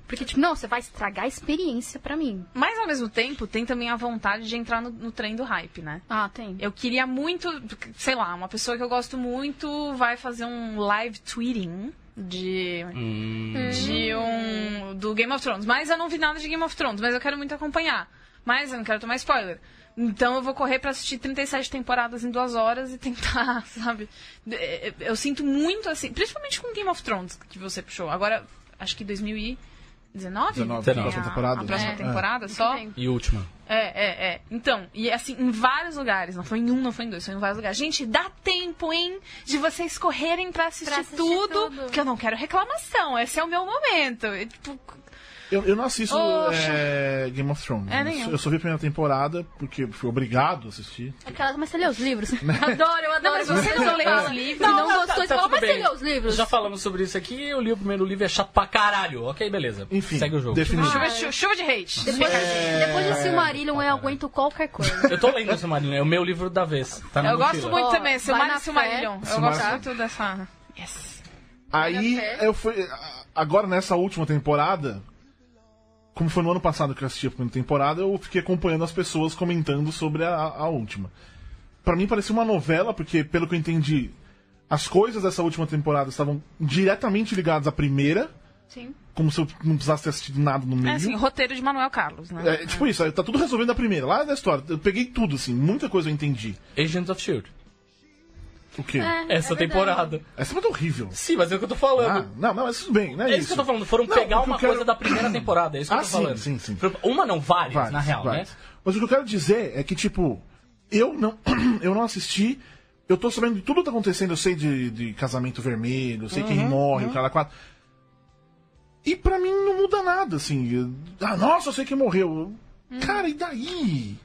Porque, tipo, não, você vai estragar a experiência pra mim. Mas ao mesmo tempo, tem também a vontade de entrar no, no trem do hype, né? Ah, tem. Eu queria muito, sei lá, uma pessoa que eu gosto muito vai fazer um live tweeting de Hum. de um do Game of Thrones, mas eu não vi nada de Game of Thrones, mas eu quero muito acompanhar. Mas eu não quero tomar spoiler. Então eu vou correr pra assistir 37 temporadas em duas horas e tentar, (laughs) sabe? De- eh, Eu sinto muito assim, principalmente com Game of Thrones que você puxou. Agora, acho que 2019? 19, tem a próxima a- temporada. A próxima É. temporada só? Tem. E última. É, é, é. Então, e assim, em vários lugares. Não foi em um, não foi em dois, foi em vários lugares. Gente, dá tempo, hein? De vocês correrem pra assistir, Pra assistir tudo, tudo. Porque eu não quero reclamação. Esse é o meu momento. E, tipo, Eu, eu não assisto Oxa. é, Game of Thrones. É, Eu nem eu. só- eu só vi a primeira temporada porque fui obrigado a assistir. Aquela, mas você lê os livros. Adoro, eu adoro. Não, mas você quando não fala lê os livros. que Não, Não, não, gostou, tá- você tá fala, tudo mas você bem. lê os livros. Já falamos sobre isso aqui, eu li o primeiro livro, é chato pra caralho. Ok, beleza. Enfim, Segue o jogo. definição. Chuva, chu- chuva de hate. Depois, depois de Silmarillion, eu aguento qualquer coisa. Eu tô lendo o Silmarillion, é o meu livro da vez. Tá na Eu minha gosto fila. muito Ó, também, vai Silmar na e Silmarillion. Eu Silmar- gosto muito dessa. Yes. Aí eu fui. a- Agora nessa última temporada, como foi no ano passado que eu assisti a primeira temporada, eu fiquei acompanhando as pessoas comentando sobre a, a última. Pra mim parecia uma novela, porque pelo que eu entendi, as coisas dessa última temporada estavam diretamente ligadas à primeira, Sim. como se eu não precisasse ter assistido nada no meio. É assim, roteiro de Manuel Carlos, né? É, tipo isso, aí tá tudo resolvido na primeira, lá da história. Eu peguei tudo, assim, muita coisa eu entendi. Agents of S.H.I.E.L.D. O quê? Essa é verdade. temporada. Essa é muito horrível. Sim, mas é o que eu tô Ah, falando. não, não, mas tudo bem, né? é isso, que eu tô falando, foram Não, pegar o que eu uma quero- coisa da primeira temporada, é isso que Ah, eu tô sim, falando. sim, sim. Uma não, várias, na real, vários. né? Mas o que eu quero dizer é que, tipo, eu não, (clears throat) eu não assisti, eu tô sabendo de tudo que tá acontecendo, eu sei de, de casamento vermelho, eu sei Uhum, quem morre, o cara quatro. E pra mim não muda nada, assim. Ah, nossa, eu sei quem morreu. Hum. Cara, e daí?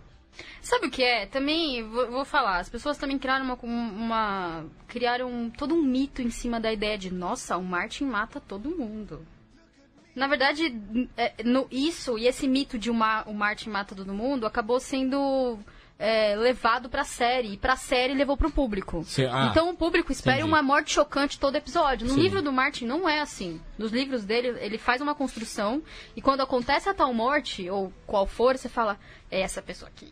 Sabe o que é? Também, vou, vou falar, as pessoas também criaram uma, um, uma- criaram todo um mito em cima da ideia de, nossa, o Martin mata todo mundo. Na verdade, n- é, no- isso e esse mito de uma, o Martin mata todo mundo acabou sendo é, levado pra série. E pra série levou pro público. Sim, ah, então o público espera entendi. uma morte chocante todo episódio. No Sim. livro do Martin não é assim. Nos livros dele, ele faz uma construção e quando acontece a tal morte, ou qual for, você fala, é essa pessoa (laughs) aqui.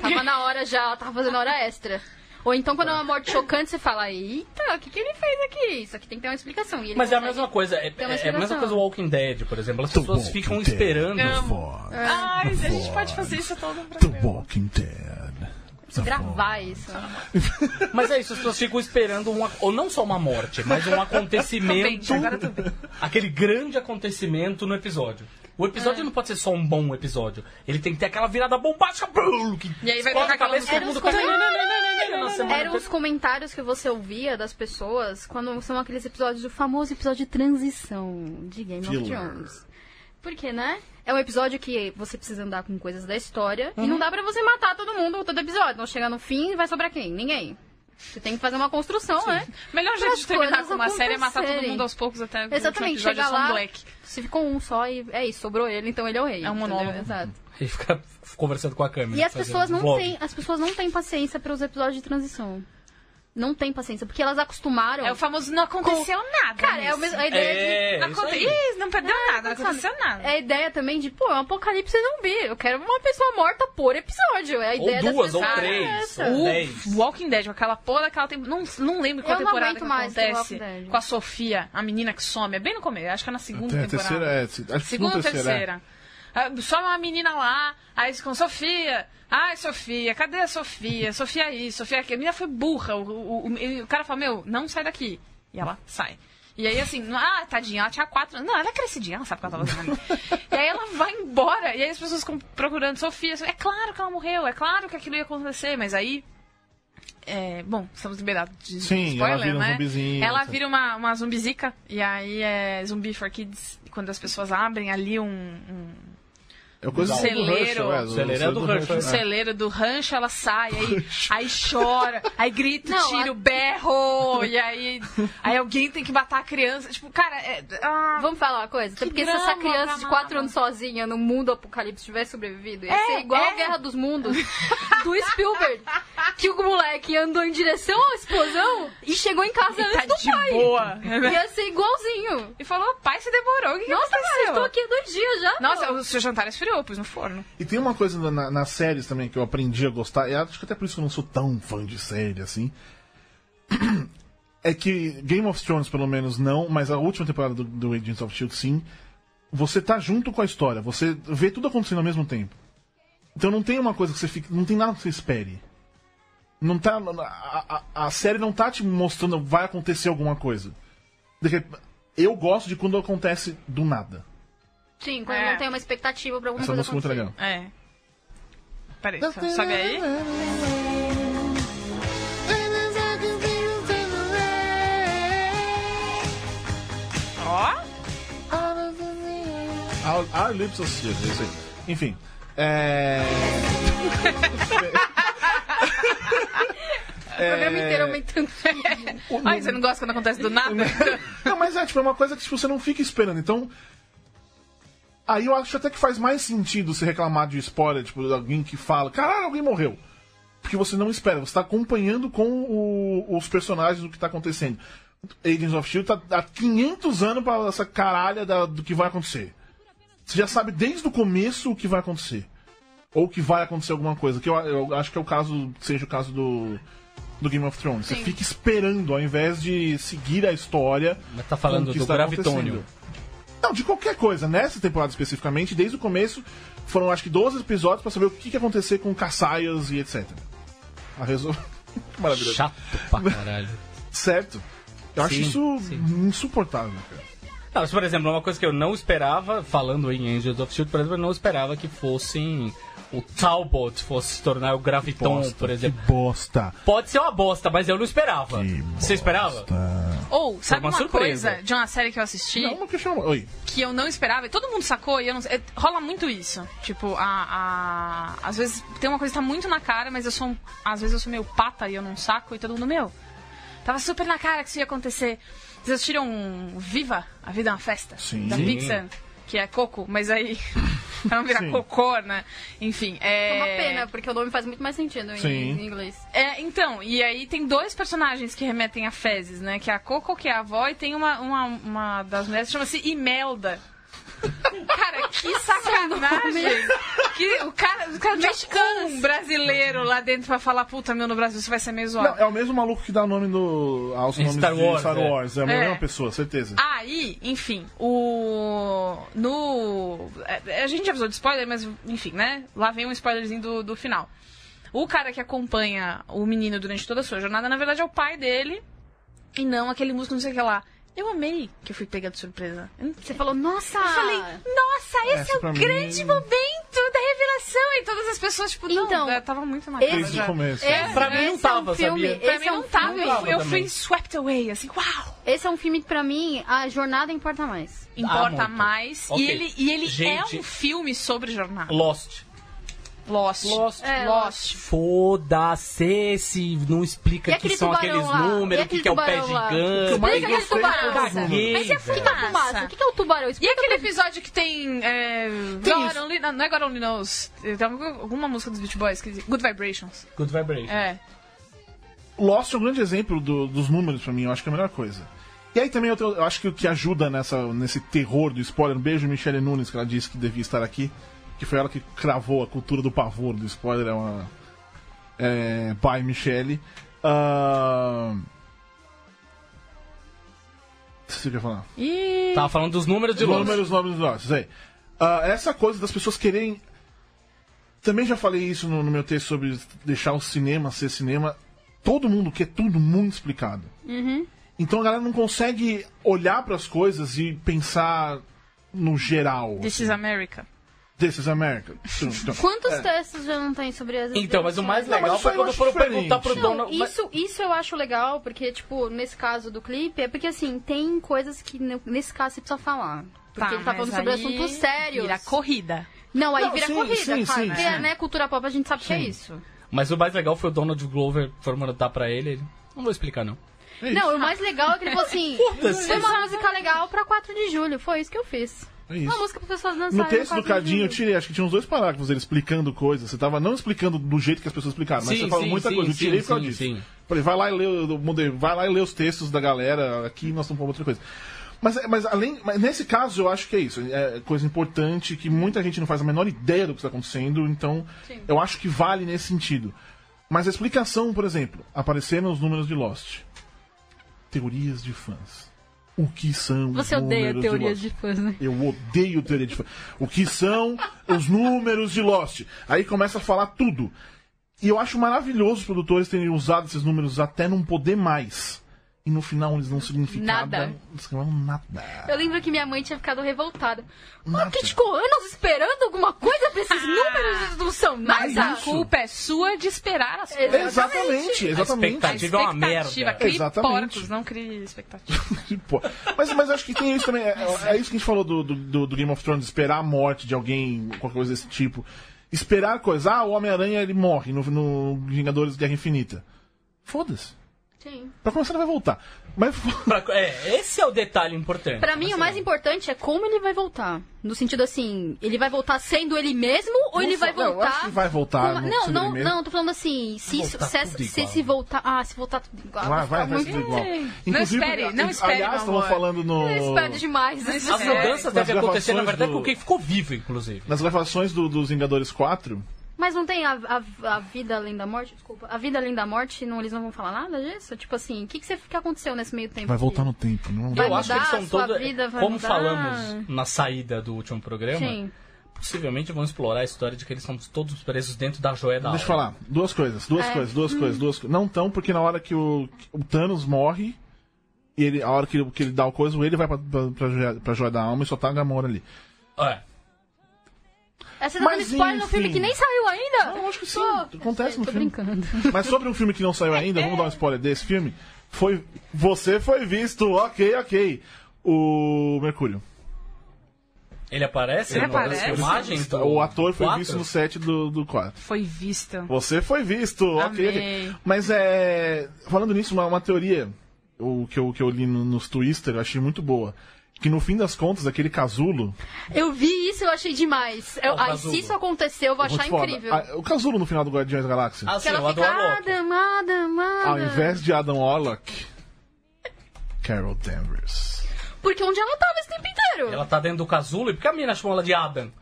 Tava na hora já, tava fazendo hora extra. Ou então quando é uma morte chocante, você fala, eita, o que, que ele fez aqui? Isso aqui tem que ter uma explicação. E ele Mas é a consegue- mesma coisa, uma é, é- é a mesma explicação. coisa do Walking Dead, por exemplo. As Tô pessoas bom, ficam Quintela. esperando. Eu- Foda. Ai, a gente pode fazer isso todo The mundo. Walking Dead. Preciso gravar isso. né? Mas é isso, as pessoas ficam esperando uma, ou não só uma morte, mas um acontecimento. agora tô bem. aquele grande acontecimento no episódio. O episódio não pode ser só um bom episódio. Ele tem que ter aquela virada bombástica. brum, Que E aí vai explode tocar a cabeça aquela todo mundo música. cai. Não, não, não, não, não, não, Na não. semana Eram os comentários que você ouvia das pessoas quando são aqueles episódios, o famoso episódio de transição de Game of Filler. Thrones. Porque, né? É um episódio que você precisa andar com coisas da história e Uhum. não dá pra você matar todo mundo todo episódio. Então chega no fim e vai sobrar quem? Ninguém. Você tem que fazer uma construção, né? Melhor jeito Pras de terminar coisas com uma série é matar todo acontecerem. mundo aos poucos até o último Exatamente, chega episódio é só um lá, black. se ficou um só e é isso, sobrou ele, então ele é o rei. É um entendeu? monólogo. Exato. E fica conversando com a câmera. E as fazendo um pessoas não vlog. têm, as pessoas não têm paciência para os episódios de transição. Não têm paciência, porque elas acostumaram. É o famoso não aconteceu nada. Cara, é o nisso. mesmo, a ideia de É, isso Aconte- aí. Ih, não perdeu nada, não aconteceu nada. É a ideia também de, pô, é um apocalipse zumbi. Eu quero uma pessoa morta por episódio. É a Ou ideia das duas, ou pessoas três, é essa. ou O dez. Walking Dead, com aquela porra daquela tem... não, não lembro qual Eu não temporada aguento que mais do acontece Walking Dead. com a Sofia, a menina que some. É bem no começo, acho que é na segunda Tem a temporada. terceira, é. se- Acho que não Segunda ou terceira. Ah, Só uma menina lá, aí eles com Sofia. Ai, Sofia, cadê a Sofia? Sofia aí, Sofia aqui. A menina foi burra. O, o, o- e o cara fala, meu, não sai daqui. E ela sai. E aí, assim, não- ah, tadinha, ela tinha quatro anos. Não, ela é crescidinha, ela sabe o que ela tava fazendo. (laughs) ali. e aí ela vai embora, e aí as pessoas ficam procurando Sofia. É claro que ela morreu, é claro que aquilo ia acontecer, mas aí. é, bom, estamos liberados de Sim, spoiler, ela vira um né? zumbizinho, Ela tá. vira vira uma, uma zumbizica. E aí é Zumbi for Kids. Quando as pessoas abrem ali um, um, É coisa do Celeiro. Herschel, é, do- Celeiro é do Herschel, um é. celeiro do rancho, ela sai, aí, aí chora, aí grita, Não, tira, a- o berro. E aí, aí alguém tem que matar a criança. Tipo, cara, é. ah, Vamos falar uma coisa? Até porque se drama, essa criança de drama. 4 anos sozinha no mundo apocalipse tivesse sobrevivido, ia É, ser igual é. a Guerra dos Mundos (laughs) do Spielberg. Que o moleque andou em direção à explosão e chegou em casa e tá antes do de pai. boa. né? Ia ser igualzinho. E falou, pai, você demorou, o que, que Nossa, cara, eu aconteceu? estou aqui há dois dias já. Nossa, pô. o seu jantar é esfriou, pus no forno. E tem uma coisa na- na- nas séries também que eu aprendi a gostar, e acho que até por isso que eu não sou tão fã de série assim. (clears throat) É que Game of Thrones, pelo menos, não, mas a última temporada do, do Agents of Shield, sim. Você tá junto com a história, você vê tudo acontecendo ao mesmo tempo. Então não tem uma coisa que você fique. Não tem nada que você espere. Não tá. A, a- a série não tá te mostrando vai acontecer alguma coisa. De rep- Eu gosto de quando acontece do nada. Sim, quando É. não tem uma expectativa pra alguma Essa coisa música é muito acontecer. legal. É. Peraí, só- sobe aí. Ó. Our, our Lips of Tears, é isso aí. Enfim. (laughs) É... O É, programa inteiro é aumentando. Ai, você não gosta quando (laughs) acontece do nada? Não, mas é, tipo, é uma coisa que tipo, você não fica esperando. Então. Aí eu acho até que faz mais sentido se reclamar de spoiler, tipo, de alguém que fala, caralho, alguém morreu. Porque você não espera, você tá acompanhando com o- os personagens o que tá acontecendo. Agents of Shield tá há 500 anos pra essa caralha da- do que vai acontecer. Você já sabe desde o começo o que vai acontecer. Ou que vai acontecer alguma coisa. Que eu, eu acho que é o caso, seja o caso do, do Game of Thrones. Você fica esperando, ao invés de seguir a história. Mas tá falando com o que do está Gravitônio. acontecendo. Não, de qualquer coisa. Nessa temporada especificamente, desde o começo, foram acho que 12 episódios pra saber o que, que ia acontecer com Caçaias e etc. A resol... (laughs) que maravilhoso. Chato pra caralho. Certo. Eu acho Sim, isso sim. insuportável, cara. Não, mas, por exemplo, uma coisa que eu não esperava, falando em Angels of Shield, por exemplo, eu não esperava que fossem. O Talbot fosse se tornar o Graviton, por exemplo. Que bosta. Pode ser uma bosta, mas eu não esperava. Que Você esperava? Ou, sabe uma uma, surpresa. coisa de uma série que eu assisti Não, mas que chama. Oi. que eu não esperava? e Todo mundo sacou e eu não sei. é, Rola muito isso. Tipo, a, a- às vezes tem uma coisa que tá muito na cara, mas eu sou. um- Às vezes eu sou meio pata e eu não saco e todo mundo, meu. Tava super na cara que isso ia acontecer. Vocês assistiram um Viva? A Vida é uma Festa? Sim. Da Pixar, que é coco, mas aí. (laughs) pra não virar Sim. cocô, né? Enfim. É É uma pena, porque o nome faz muito mais sentido em, Sim. em inglês. É, então, e aí tem dois personagens que remetem a fezes, né? Que é a Coco, que é a avó, e tem uma, uma, uma das mulheres que chama-se Imelda. Cara, que sacanagem! que o cara, o cara mexicano, um brasileiro lá dentro pra falar, puta, meu, no Brasil isso vai ser meio zoado. Não, é o mesmo maluco que dá o nome do, aos Em nomes Star de Wars, Star é. Wars. É, a É. mesma pessoa, certeza. Aí, enfim, o. No. é, A gente já avisou de spoiler, mas enfim, né? Lá vem um spoilerzinho do, do final. O cara que acompanha o menino durante toda a sua jornada, na verdade, é o pai dele. E não aquele músico, não sei o que lá. Eu amei que eu fui pega de surpresa. Eu não- Você falou, nossa! Eu falei, nossa, esse Essa é o pra mim- grande momento da revelação. E todas as pessoas, tipo, não, Então, eu tava muito na cara Desde já. o começo. esse, Pra mim não esse é tava, um filme, sabia? Pra Esse mim é um não tava, filme. eu, tava eu também. fui swept away, assim, uau! Esse é um filme que, pra mim, a jornada importa mais. Importa Ah, muito. mais. Ok. E ele, e ele Gente- é um filme sobre jornada. Lost. Lost. Lost. É, Lost. Foda-se se não E explica que aquele são tubarão aqueles lá? E números, o que, aquele que é o pé tubarão lá? gigante. O mais Explica aquele gostei tubarão. foi o Caguei, número. Mas é velho. fumaça. Fumaça, o que que é o tubarão? E Explica aquele pra mim. episódio que tem. É, God isso. only, não, não é God Only Knows. Tem alguma alguma música dos Beach Boys que diz Good Vibrations. Good Vibration. É. Lost é um grande exemplo do- dos números pra mim, eu acho que é a melhor coisa. E aí também eu, tenho- eu acho que o que ajuda nessa, nesse terror do spoiler, um beijo Michelle Nunes, que ela disse que devia estar aqui, que foi ela que cravou a cultura do pavor do spoiler, é uma. É, by Michelle. Ah, Ahn. O que você quer falar? É. E. Tava falando dos números de Lost. Números, números, números. isso aí. Ah, essa coisa das pessoas querem. Também já falei isso no, no meu texto sobre deixar o cinema ser cinema. Todo mundo quer tudo muito explicado. Uhum. Então a galera não consegue olhar para as coisas e pensar no geral. This is America. This is America. Então, Tum, tum. Quantos textos já não tem sobre as Então, mas o mais mas legal isso foi eu quando acho foram diferente. perguntar pro Não, dono. mas- isso, isso eu acho legal, porque, tipo, nesse caso do clipe, é porque, assim, tem coisas que, no- nesse caso, você precisa falar. Porque ele tá mas falando sobre aí assuntos sérios. Vira corrida. Não, aí Não, vira sim, corrida, sim, claro. sim, Porque, sim. né, cultura pop a gente sabe que é isso. Mas o mais legal foi o Donald Glover formando dar pra ele. ele, Não vou explicar, não. É isso, Não, o mais legal é que ele falou assim, Foda-se. foi uma música legal pra 4 de julho, foi isso que eu fiz. é Uma isso. música pra pessoas dançarem No texto do 4 de Cadinho eu julho. tirei, acho que tinha uns dois parágrafos ele explicando coisas. Você tava não explicando do jeito que as pessoas explicaram, mas Sim, você falou sim, muita sim, coisa. Eu sim, tirei por causa sim, disso. sim. Falei, vai lá e lê, eu mudei, vai lá e lê os textos da galera, aqui nós estamos falando outra coisa. Mas, é, mas além. Mas nesse caso, eu acho que é isso. É coisa importante que muita gente não faz a menor ideia do que está acontecendo, então eu acho que vale nesse sentido. Mas a explicação, por exemplo, apareceram os números de Lost. Teorias de fãs. O que são Você os números odeia teorias Lost? de fãs, né? Eu odeio teoria de fã. O que são os números de Lost? Aí começa a falar tudo. E eu acho maravilhoso os produtores terem usado esses números até não poder mais. E no final eles não significavam Nada. Eles falaram nada. Eu lembro que minha mãe tinha ficado revoltada. Nada. Mas que tipo, ficou anos esperando alguma coisa pra (laughs) esses números eles não são nada. Mas a isso. culpa é sua de esperar as coisas. Exatamente, exatamente. A Tive uma expectativa. merda. Crie Exatamente. porcos, não crie expectativa. (laughs) Tipo, mas, mas eu acho que tem isso também. É, é isso que a gente falou do, do- do, do Game of Thrones, esperar a morte de alguém, qualquer coisa desse tipo. Esperar coisa, ah, o Homem-Aranha ele morre no, no Vingadores Guerra Infinita. Foda-se. Sim. Pra começar, ele vai voltar. Mas Pra- é, esse é o detalhe importante. Pra mim, o mais importante é como ele vai voltar. No sentido assim, ele vai voltar sendo ele mesmo ou ele vai Não, eu acho voltar. que vai voltar com- no Não, sendo não, ele mesmo. não, tô falando assim, se, isso, se, Voltar tudo essa- se igual. esse voltar. Ah, se voltar tudo igual. Vai, vai, ficar vai muito- ser igual. espere, não espere, Aliás, meu estavam amor. falando no. Eu espero demais. né? Mas As É, mudanças nas devem acontecer, na gravações verdade, do- com quem ficou vivo, inclusive. Nas gravações do, dos Vingadores 4, Mas não tem a, a- a vida além da morte? Desculpa. A vida além da morte, não, eles não vão falar nada disso? Tipo assim, o que, que, você, que aconteceu nesse meio tempo? vai voltar que- no tempo. Não Vai eu acho que mudar eles a são sua todos. vida, vai Como mudar. falamos na saída do último programa, Sim. possivelmente vão explorar a história de que eles são todos presos dentro da joia da Deixa eu Aura. falar. Duas coisas, duas É. coisas, duas coisas, duas coisas. Não tão, porque na hora que o, o Thanos morre, e ele, a hora que, ele- que ele dá o coisa, ele vai pra, pra, pra, joia- pra joia da alma e só tá a (laughs) Gamora ali. É. É, Você tá dando Mas, spoiler no filme enfim. que nem saiu ainda? Não, acho que sim. Pô, Acontece no tô filme. brincando. Mas sobre um filme que não saiu ainda, vamos dar um spoiler desse filme. Foi. Você foi visto, ok, ok. O Mercúrio. Ele aparece Ele numa das aparece. filmagens do- O ator foi quatro? visto no set do, do 4. Foi vista. Você foi visto, ok, Amei. ok. Mas é. Falando nisso, uma, uma teoria o que, eu, que eu li no- nos Twister, eu achei muito boa. Que no fim das contas, aquele casulo. Eu vi isso, eu achei demais. Eu- Ó, ai, Casulo. se isso acontecer, eu vou muito achar foda. incrível. Ah, o casulo no final do Guardiões da Galáxia. Ah, que sim, eu ela fica, adoro o Loki. Adam, Adam, Adam. Ao invés de Adam Warlock, Carol Danvers. Porque onde ela tava esse tempo inteiro? Ela tá dentro do casulo e por que a mina chamou ela de Adam?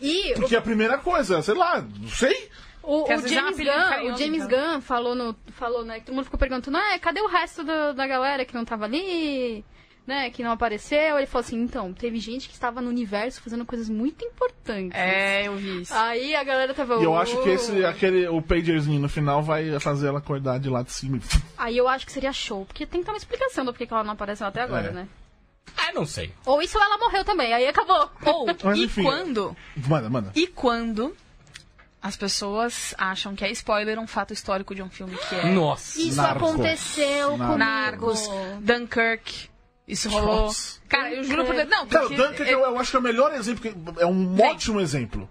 E Porque é a primeira coisa, sei lá, não sei. o, Porque o às vezes é um James apelido Gunn, o carinhoso, James então. Gunn falou, no, falou, né, que todo mundo ficou perguntando, é, cadê o resto do- da galera que não tava ali, né, que não apareceu? Ele falou assim, então, teve gente que estava no universo fazendo coisas muito importantes. É, eu vi isso. Aí a galera tava... E eu acho que esse, é "Oh". aquele, o pagerzinho no final vai fazer ela acordar de lá de cima. Aí eu acho que seria show, porque tem que ter uma explicação do porquê que ela não apareceu até agora, É. né? Ah, não sei. Ou isso ou ela morreu também, aí acabou. Ou, Mas e enfim. quando? (laughs) Manda, manda. E quando as pessoas acham que é spoiler um fato histórico de um filme que é. Nossa. Isso Narcos. aconteceu Narcos. comigo. Narcos, Dunkirk. Isso rolou. Nossa. Cara, eu juro por Deus. Não, Cara, o porque Dunkirk eu, eu acho que é o melhor exemplo, que é um Bem. ótimo exemplo.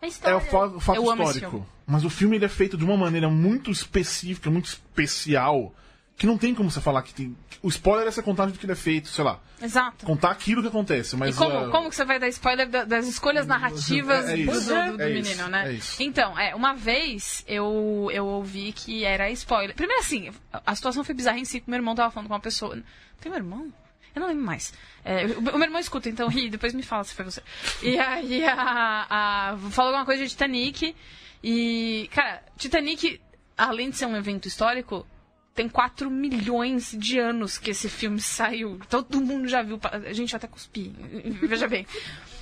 A É história. o fa- o fato Eu amo esse histórico. filme. Mas o filme ele é feito de uma maneira muito específica, muito especial, que não tem como você falar que tem. O spoiler é essa contagem do que ele é feito, sei lá. Exato. Contar aquilo que acontece, mas. E como, ah, como que você vai dar spoiler da- das escolhas narrativas É, é do, isso, do- do é menino, isso, né? é isso. Então, é, uma vez eu, eu ouvi que era spoiler. Primeiro assim, a situação foi bizarra em si, porque meu irmão tava falando com uma pessoa. Tem meu irmão? Eu não lembro mais. É, o, o meu irmão escuta, então ri, depois me fala se foi você. E aí a, a, falou alguma coisa de Titanic. E, cara, Titanic, além de ser um evento histórico, tem 4 milhões de anos que esse filme saiu. Todo mundo já viu. pa- Gente, eu até cuspi. (laughs) Veja bem.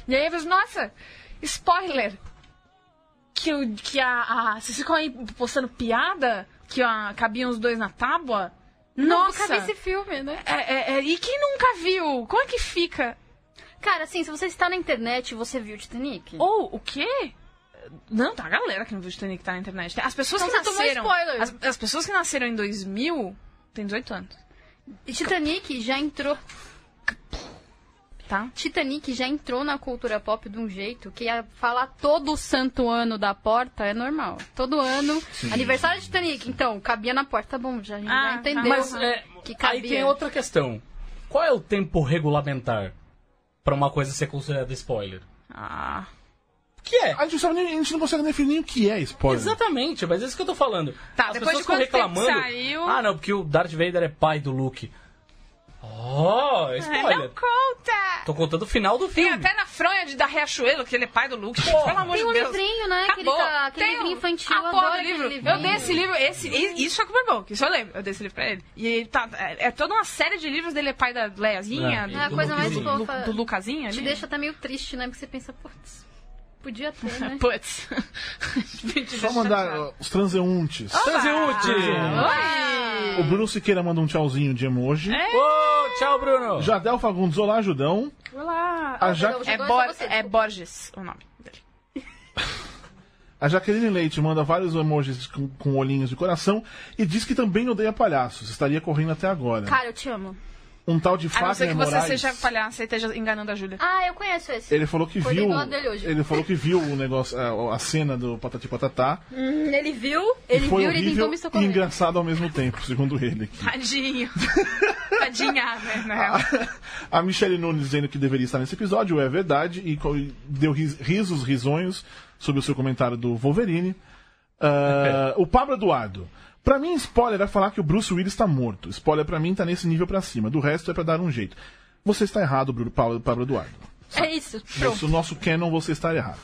E aí eu vejo, nossa, spoiler! Que, o- que a, a. Vocês ficam aí postando piada? Que a, cabiam os dois na tábua? Nossa. Nossa! Nunca vi esse filme, né? É, é, é, e quem nunca viu? Como é que fica? Cara, assim, se você está na internet e você viu Titanic... Ou o quê? Não, tá a galera que não viu Titanic tá na internet. As pessoas Então que você tomou nasceram. spoiler. As, as pessoas que nasceram em 2000 têm 18 anos, E Titanic já entrou... tá? Titanic já entrou na cultura pop de um jeito que a- falar todo santo ano da porta é normal. Todo ano, aniversário de Titanic. Então, cabia na porta. Tá bom, já, a gente Ah, já tá. entendeu Mas é, que aí cabia. tem outra questão. Qual é o tempo regulamentar pra uma coisa ser considerada spoiler? Ah. Que é? A gente, não sabe nem- a gente não consegue definir o que é spoiler. Exatamente, mas é isso que eu tô falando. Tá, depois de ficam quanto tempo saiu? Ah, não, porque o Darth Vader é pai do Luke. Oh, É, Não spoiler. conta! Tô contando o final do Tem filme. até na fronha de da Riachuelo, que ele é pai do Luke. gente, Porra. Pelo amor Tem de um Deus. livrinho, né? Aquele, Acabou. tá, aquele Tem livrinho um- infantil. a eu porra adoro do aquele livro. livrinho. Uhum. Eu dei esse livro, esse, e- isso é Cooper Book, isso eu lembro. Eu dei esse livro pra ele. E ele tá, é, é toda uma série de livros dele, é pai da Leiazinha, É, do, É a do coisa mais Luquezinho. do, fofa. do Lucasinha. Te ali. deixa até meio triste, né? Porque você pensa, putz, podia ter, né? (laughs) Putz. Te deixa (laughs) Só mandar é chateado. Ah. ó, os transeuntes. Transeúnte! Ah, Oi! O Bruno Siqueira manda um tchauzinho de emoji. É? Ô, tchau, Bruno! Jadel Fagundes, olá, Judão. Olá. A, Ja- É, Jogou Bor só você, é Borges o nome dele. a Jaqueline Leite manda vários emojis com, com olhinhos de coração e diz que também odeia palhaços. Estaria correndo até agora. Cara, eu te amo. Um tal de A não ser Fagner que você Moraes. seja palhaça e esteja enganando a Júlia. Ah, eu conheço esse. Ele falou que Foi viu. do lado dele hoje. Ele falou que viu o negócio, a, a cena do Patati Patatá. Hum, ele viu, e ele foi viu, ele tentou horrível me e socorrer. engraçado ao mesmo tempo, segundo ele. aqui. (laughs) Tadinho. Tadinha, né? na real. A Michelle Nunes dizendo que deveria estar nesse episódio, é verdade, e co- e deu ris- risos, risonhos sobre o seu comentário do Wolverine. Ah, o Pablo Eduardo. Pra mim, spoiler é falar que o Bruce Willis tá morto. Spoiler pra mim tá nesse nível pra cima. Do resto é pra dar um jeito. Você está errado, Bruno Pablo, Pablo Eduardo. É isso. Nosso, nosso canon, você está errado.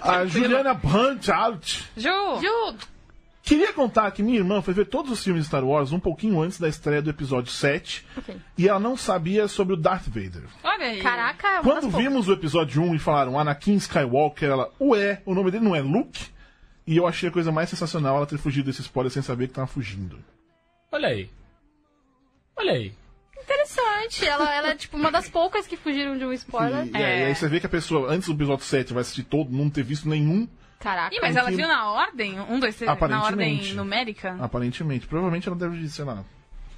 A Juliana Brandt out. Ju, Ju, Queria contar que minha irmã foi ver todos os filmes de Star Wars um pouquinho antes da estreia do episódio 7 Ok. e ela não sabia sobre o Darth Vader. olha aí. caraca, é uma Quando das poucas. vimos o episódio 1 e falaram "Ah, Anakin Skywalker, ela, ué, o nome dele não é Luke? E eu achei a coisa mais sensacional ela ter fugido desse spoiler sem saber que tava fugindo. Olha aí. Olha aí. interessante. Ela, ela é tipo uma das poucas que fugiram de um spoiler. E, é, e aí você vê que a pessoa, antes do episódio 7, vai assistir todo, não ter visto nenhum, Caraca. Ih, mas ela que- viu na ordem? Um, dois, três, na ordem Aparentemente. numérica? Ah. aparentemente. Provavelmente ela deve, sei lá,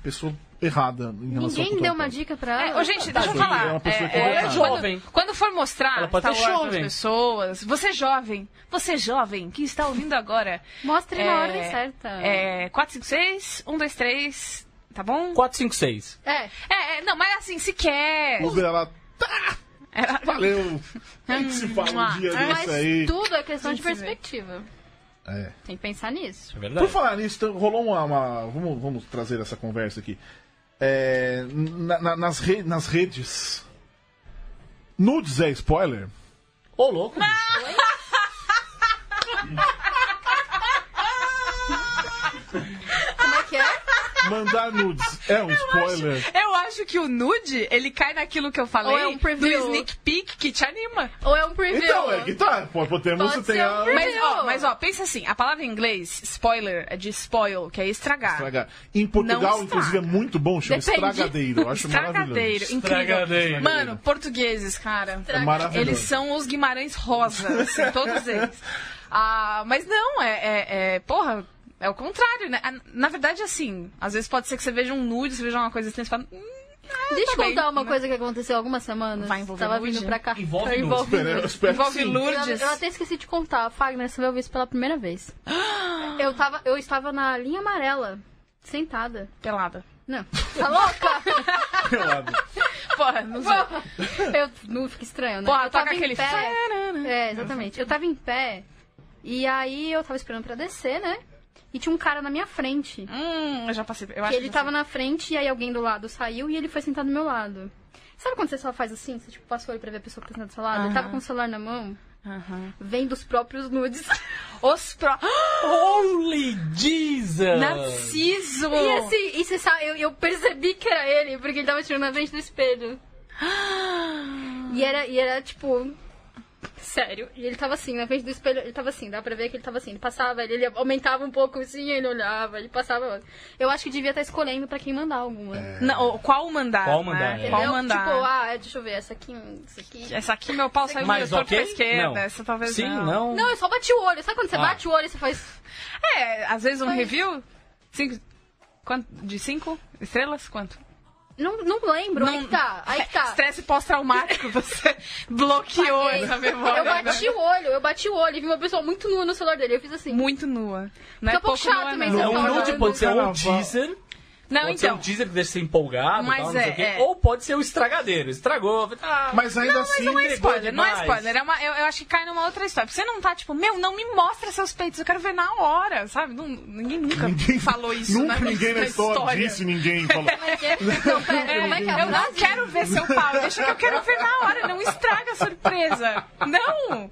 pessoa errada em relação ao Ninguém que deu ela uma tá. dica pra É, ela. ô, gente, deixa eu Tadinha, falar. é uma pessoa que é quando- jovem. Quando, for mostrar Ela pode Star ser Wars jovem. pras pessoas, você é jovem, você é jovem que está ouvindo agora. Mostre é, na ordem certa. É, 4, 5, 6, 1, 2, 3, um, tá bom? 456. É. É, é, não, mas assim, se quer. É, Uber, ela, tá, Ela- Hum, (laughs) valeu. A gente se fala um dia Mas desse aí. tudo é questão de Gente, vê. perspectiva. É. Tem que pensar nisso. É Por verdade. falar nisso, então, rolou uma. uma- vamos, vamos trazer essa conversa aqui. É, na- na- nas, re- nas redes. Nudes é spoiler? Ô, louco. bicho. Como é que é? Mandar nudes (laughs) é um spoiler. Eu acho que o nude, ele cai naquilo que eu falei Ou é um preview. do sneak peek que te anima. Ou é um preview? Então, é que tá. pô, Podemos Pode ter ser um a. preview. Mas ó, mas ó, pensa assim, a palavra em inglês, spoiler, é de spoil, que é estragar. estragar. Em Portugal, Não inclusive, é estraga. muito bom, chama Depende. estragadeiro. Eu acho Estragadeiro, maravilhoso. incrível. Estragadeiro. Mano, portugueses, cara. É maravilhoso. Eles são os Guimarães Rosa, assim, todos eles. Ah, mas não, é, é- é- Porra, é o contrário, né? Ah, Na verdade, assim, às vezes pode ser que você veja um nude, você veja uma coisa assim, você fala. "Hum, ah, Deixa eu tá bem", contar uma né? coisa que aconteceu algumas semanas. Vai envolver um Tava nude? vindo pra cá. Envolve um nude. envolve Espero- eu nude. espero que Envolve sim. (laughs) luz. Eu, Lourdes. eu até esqueci de contar, Fagner, você vai ouvir isso pela primeira vez. Eu, tava, eu estava na linha amarela, sentada. Pelada. Não, tá louca? Pelado. Porra, não sei. eu, não, fica estranho, né? Porra, eu tava toca em aquele. né? pé. Tarará. É, exatamente. Eu tava em pé, e aí eu tava esperando pra descer, né? E tinha um cara na minha frente. Hum, eu já passei. Eu Que acho ele que tava na frente e aí alguém do lado saiu e ele foi sentar do meu lado. Sabe quando você só faz assim? Você tipo, passa o olho pra ver a pessoa que tá sentada do seu lado? Eu Ah. tava com o celular na mão, Aham. vem dos próprios nudes. Os pró. Holy Jesus! (gasps) Narciso! E assim, e você sabe, eu, eu percebi que era ele, porque ele tava tirando na frente do (gasps) espelho. E era, e era tipo. Sério. E ele tava assim, na frente do espelho, ele tava assim, dá pra ver que ele tava assim. Ele passava, ele, ele aumentava um pouco assim, ele olhava, ele passava. Eu acho que devia estar escolhendo pra quem mandar alguma. É. Não, qual mandar? Qual né? mandar, é. Qual Entendeu? mandar? Tipo, ah, deixa eu ver, essa aqui, isso aqui. Essa aqui meu pau saiu Mas do okay? pra ok? esquerda. Não. Essa talvez Sim, não. não. Não, eu só bati o olho. Sabe quando você Ah. bate o olho e você faz. É, às vezes um Foi. review. Cinco. Quanto? De cinco estrelas? Quanto? Não, não lembro. Aí Não- que tá, aí que tá. Estresse pós-traumático, (laughs) você bloqueou Paguei. essa memória. né? Eu bati o olho, eu bati o olho e vi uma pessoa muito nua no celular dele. Eu fiz assim. né? Muito nua. Fica um Não é pouco pouco chato nua, também, não. você Um fala, nude "Não, pode ser não, um teaser. Não, Pode ser então. um teaser que deixa você empolgado, Mas tal, não é, sei o quê. é. Ou pode ser o estragadeiro. Estragou. Ah, Mas ainda assim. Não é spoiler, não é demais. spoiler. É uma, eu, eu acho que cai numa outra história. Porque Você não tá tipo, meu, não me mostra seus peitos, eu quero ver na hora, sabe? Não- ninguém nunca falou isso né? Nunca (laughs) na ninguém na história, disse ninguém. (laughs) Falou. Como é que é? Não, pera, como é que é? Eu não quero ver seu pau, deixa que eu quero ver na hora, não estraga a surpresa. Não! Não,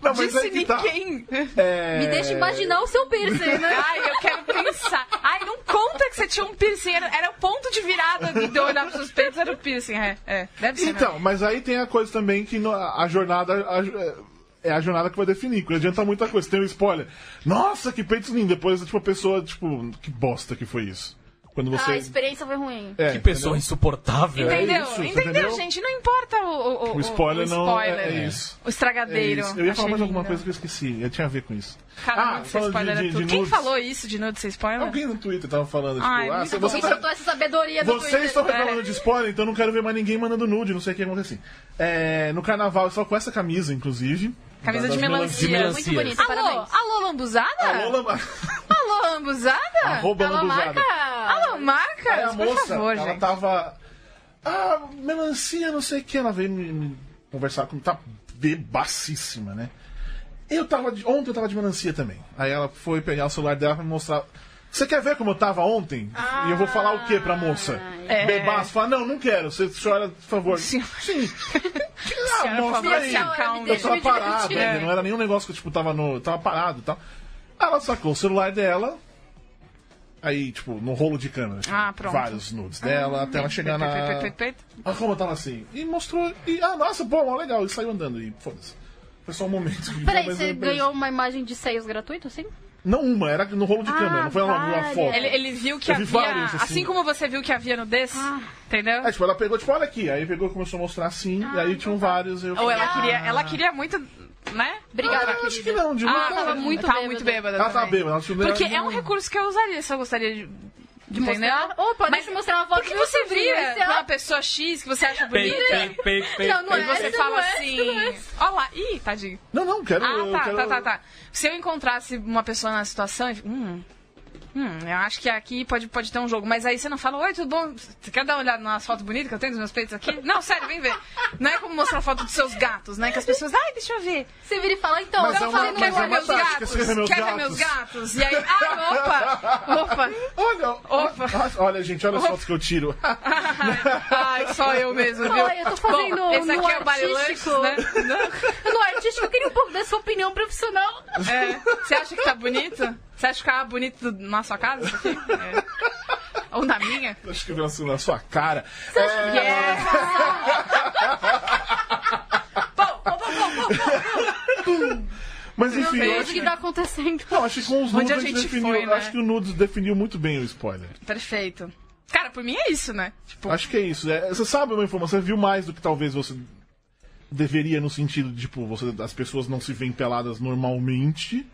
mas Disse aí que tá. ninguém. É, Me deixa imaginar o seu piercing, (laughs) né? Ai, eu quero pensar. Ai, não conta que você tinha um piercing. Era, era o ponto de virada do de olhar pros seus peitos, era o piercing. É, é. deve ser. Então, mas aí tem a coisa também que no- a jornada. a jo- é a jornada que vai definir, porque não adianta muita coisa. Tem um spoiler. Nossa, que peitos lindos. Depois, tipo, a pessoa, tipo, que bosta que foi isso. Quando você. Ah, Ah, A experiência foi ruim. É, Que pessoa entendeu? insuportável. É Entendeu? isso, entendeu, entendeu? gente? Não importa o, o, O spoiler não- spoiler. né? é- é isso. O estragadeiro. É isso. Eu ia falar Achei mais alguma lindo. coisa que eu esqueci. Eu tinha a ver com isso. Cara, Ah, nude sem falando de- spoiler é de- de tudo. Quem nudes. falou isso de nude sem spoiler? Alguém no Twitter tava falando, tipo, Ai, ah, muito você, bom. é você Quem tá, soltou essa sabedoria do Vocês estão né? Twitter? É, reclamando de spoiler, então eu não quero ver mais ninguém mandando nude, não sei o que acontece assim. É, no carnaval, eu só com essa camisa, inclusive. Camisa da- de das melancia. melancia. é Muito bonita, Alô, parabéns. alô, lambuzada? Alô, Lamba- Alô, lambuzada? Arroba Alô, lambuzada. marca! Alô, marca? Aí a por moça, favor, ela tá gente. tava. Ah, melancia, não sei o que. Ela veio me, me conversar comigo, tá bebacíssima, né? Eu tava de, ontem eu tava de melancia também. Aí ela foi pegar o celular dela pra me mostrar. Você quer ver como eu tava ontem? E eu vou falar o que pra moça? é. Bebaço. Fala, não, não quero. Você chora, por favor. Sim. (laughs) Sim. Senhora, ah, por favor, mostra aí. se acalme. Eu tava parado, divertir. né? não era nenhum negócio que eu, tipo, tava no. Tava parado e tal. Ela sacou o celular dela. Aí, tipo, no rolo de câmera. tipo, Ah, pronto. Ah. Vários nudes dela, até ela chegar (laughs) na. Pe- pe- pe- pe- pe- A Roma tava assim. E mostrou. E, ah, nossa, pô, mó legal. E saiu andando. E foda-se. Foi só um momento. (laughs) Peraí, Mas você eu- beleza. ganhou uma imagem de seios gratuito, assim? Não uma, era no rolo de Ah, câmera, não foi uma, uma várias. foto. Ele, ele viu que Eu vi havia. vários, assim. assim. como você viu que havia no desse, Ah. entendeu? Aí, tipo, ela pegou, tipo, olha aqui. Aí pegou e começou a mostrar assim. e aí tinham vários. Eu Ah, então tá. falei, Ou ela ah, queria, ela queria muito, né? Obrigada, eu querida. acho que não, de uma Ah, cara. tava muito Tava bêbada. muito Ela tava bêbada, ela tinha tá. Porque é um recurso que eu usaria se eu gostaria de, de Mostrar- mostrar. Opa, deixa eu mostrar uma foto Porque do você meu sobrinho, vira esse é- uma pessoa X que você acha Peito, bonita. peito, peito, peito. Não, não E é. você Essa fala não é, essa não é. assim. Olha lá. Ih, tadinho. Não, não, quero. Ah, eu tá, quero... tá, tá, tá. Se eu encontrasse uma pessoa na situação, eu fico, hum, hum, eu acho que aqui pode, pode ter um jogo. Mas aí você não fala, oi, tudo bom? Você quer dar uma olhada nas fotos bonitas que eu tenho dos meus peitos aqui? Não, sério, vem ver. Não é como mostrar foto dos seus gatos, né? Que as pessoas, ai, deixa eu ver. Você vira e fala, então, eu Mas é uma- falei no Quer mas é ver uma meus negócio. tática, gatos? você quer ver meus Quer ver gatos? meus gatos? E aí, ah, (laughs) opa, opa. Olha, Opa. olha, olha, gente, olha as fotos que eu tiro. Ai, só eu mesmo, viu? Ai, eu tô fazendo Bom, esse no aqui é o Body Lunch, artístico. né? No artístico, eu queria um pouco da sua opinião profissional. É. Você acha que tá bonito? Você acha que tá bonito na sua casa? isso aqui? É. Ou na minha? Acho que eu vi assim na sua cara. É, Yeah. mas enfim, Meu eu Deus, acho O que que. tá acontecendo? Não, acho que com os Onde nudes a a gente gente definiu. foi, né? Acho que o nudes definiu muito bem o spoiler. Perfeito. Cara, por mim é isso, né? Tipo, Acho que é isso. né? Você sabe uma informação, você viu mais do que talvez você deveria, no sentido de, tipo, você, as pessoas não se veem peladas normalmente.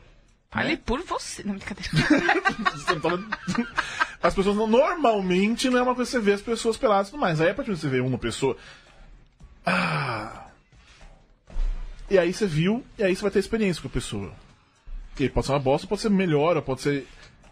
fale por você. Não, brincadeira. Você não tava- Então, As pessoas não- normalmente não é uma coisa que você vê as pessoas peladas e tudo mais. Aí a partir do que você vê uma pessoa. Ah. E aí você viu, e aí você vai ter experiência com a pessoa. E pode ser uma bosta, pode ser melhor, ou pode ser.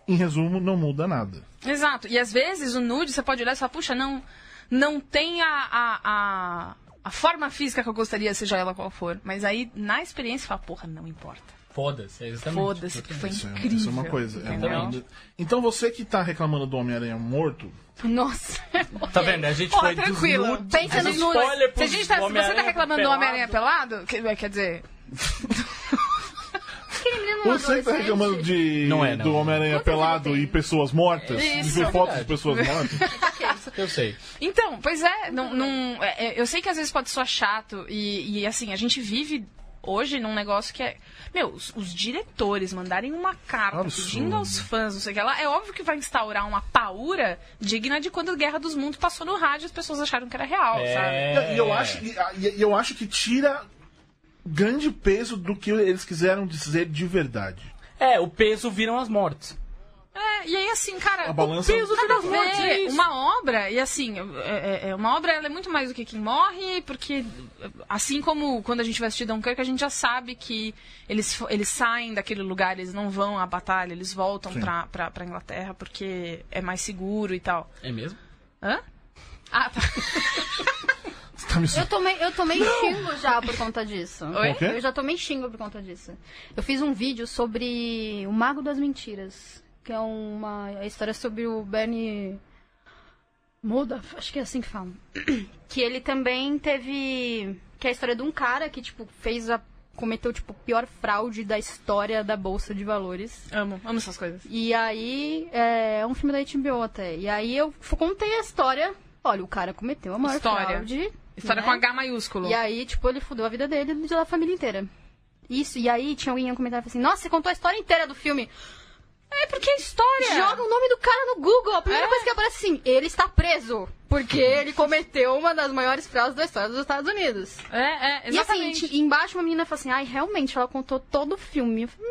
Em resumo, não muda nada. Exato. E às vezes o nude, você pode olhar e falar, puxa, não, não tem a, a, a, a forma física que eu gostaria, seja ela qual for. Mas aí, na experiência, você fala, porra, não importa. Foda-se, é exatamente. Foda-se, que foi Isso é, Tá incrível. isso é uma coisa. é entendeu? uma- Então você que tá reclamando do Homem-Aranha morto, Nossa. Tá vendo? A gente Porra, foi dos tranquilo. nudes, Pensa dos nos spoiler nudes. Se, a pros gente tá, se você tá Homem-Aranha reclamando do pelado. Homem-Aranha pelado, que- quer dizer, Aquele menino Você que tá É, adolescente. reclamando de, Não é, não. do Homem-Aranha Quantos anos pelado ele e tem? pessoas mortas, Isso, de ver é fotos verdade. de pessoas mortas. Tá Eu sei. Então, pois é, não, não- é, é, eu sei que às vezes pode soar chato e, e, assim, a gente vive hoje num negócio que é. Meu, os, os diretores mandarem uma carta Absurdo. pedindo aos fãs, não sei o que lá, é óbvio que vai instaurar uma paura digna de quando a Guerra dos Mundos passou no rádio e as pessoas acharam que era real, sabe? É. E eu acho, que- e eu acho que tira grande peso do que eles quiseram dizer de verdade. É, o peso viram as mortes. É, e aí, assim, cara, A balança- é um o peso Nada cada a ver, vez é isso. uma obra, e assim, é- é- é uma obra ela é muito mais do que quem morre, porque assim como quando a gente vai assistir Dunkirk, a gente já sabe que eles, fo- eles saem daquele lugar, eles não vão à batalha, eles voltam Sim. pra, pra, pra Inglaterra porque é mais seguro e tal. É mesmo? Hã? Ah, tá. Você tá me Eu surpreendendo. tomei, eu tomei xingo já por conta disso. Oi? O quê? Eu já tomei xingo por conta disso. Eu fiz um vídeo sobre o Mago das Mentiras, que é uma a história sobre o Bernie Moda, acho que é assim que fala. (clears throat) Que ele também teve que é a história de um cara que tipo fez a cometeu tipo a pior fraude da história da bolsa de valores. (laughs) Amo, amo essas coisas. E aí, é é um filme da HBO até. E aí eu f- contei a história. Olha, o cara cometeu a maior História. fraude. História né? com H maiúsculo. E aí, tipo, ele fudeu a vida dele e da família inteira. Isso, e aí tinha alguém em um comentário assim, nossa, você contou a história inteira do filme. É porque é história. Joga o nome do cara no Google. A primeira coisa que aparece assim, ele está preso. Porque ele cometeu uma das maiores fraudes da história dos Estados Unidos. É, é, E assim, exatamente. ti- embaixo uma menina fala assim, ai, realmente, ela contou todo o filme. Eu falei,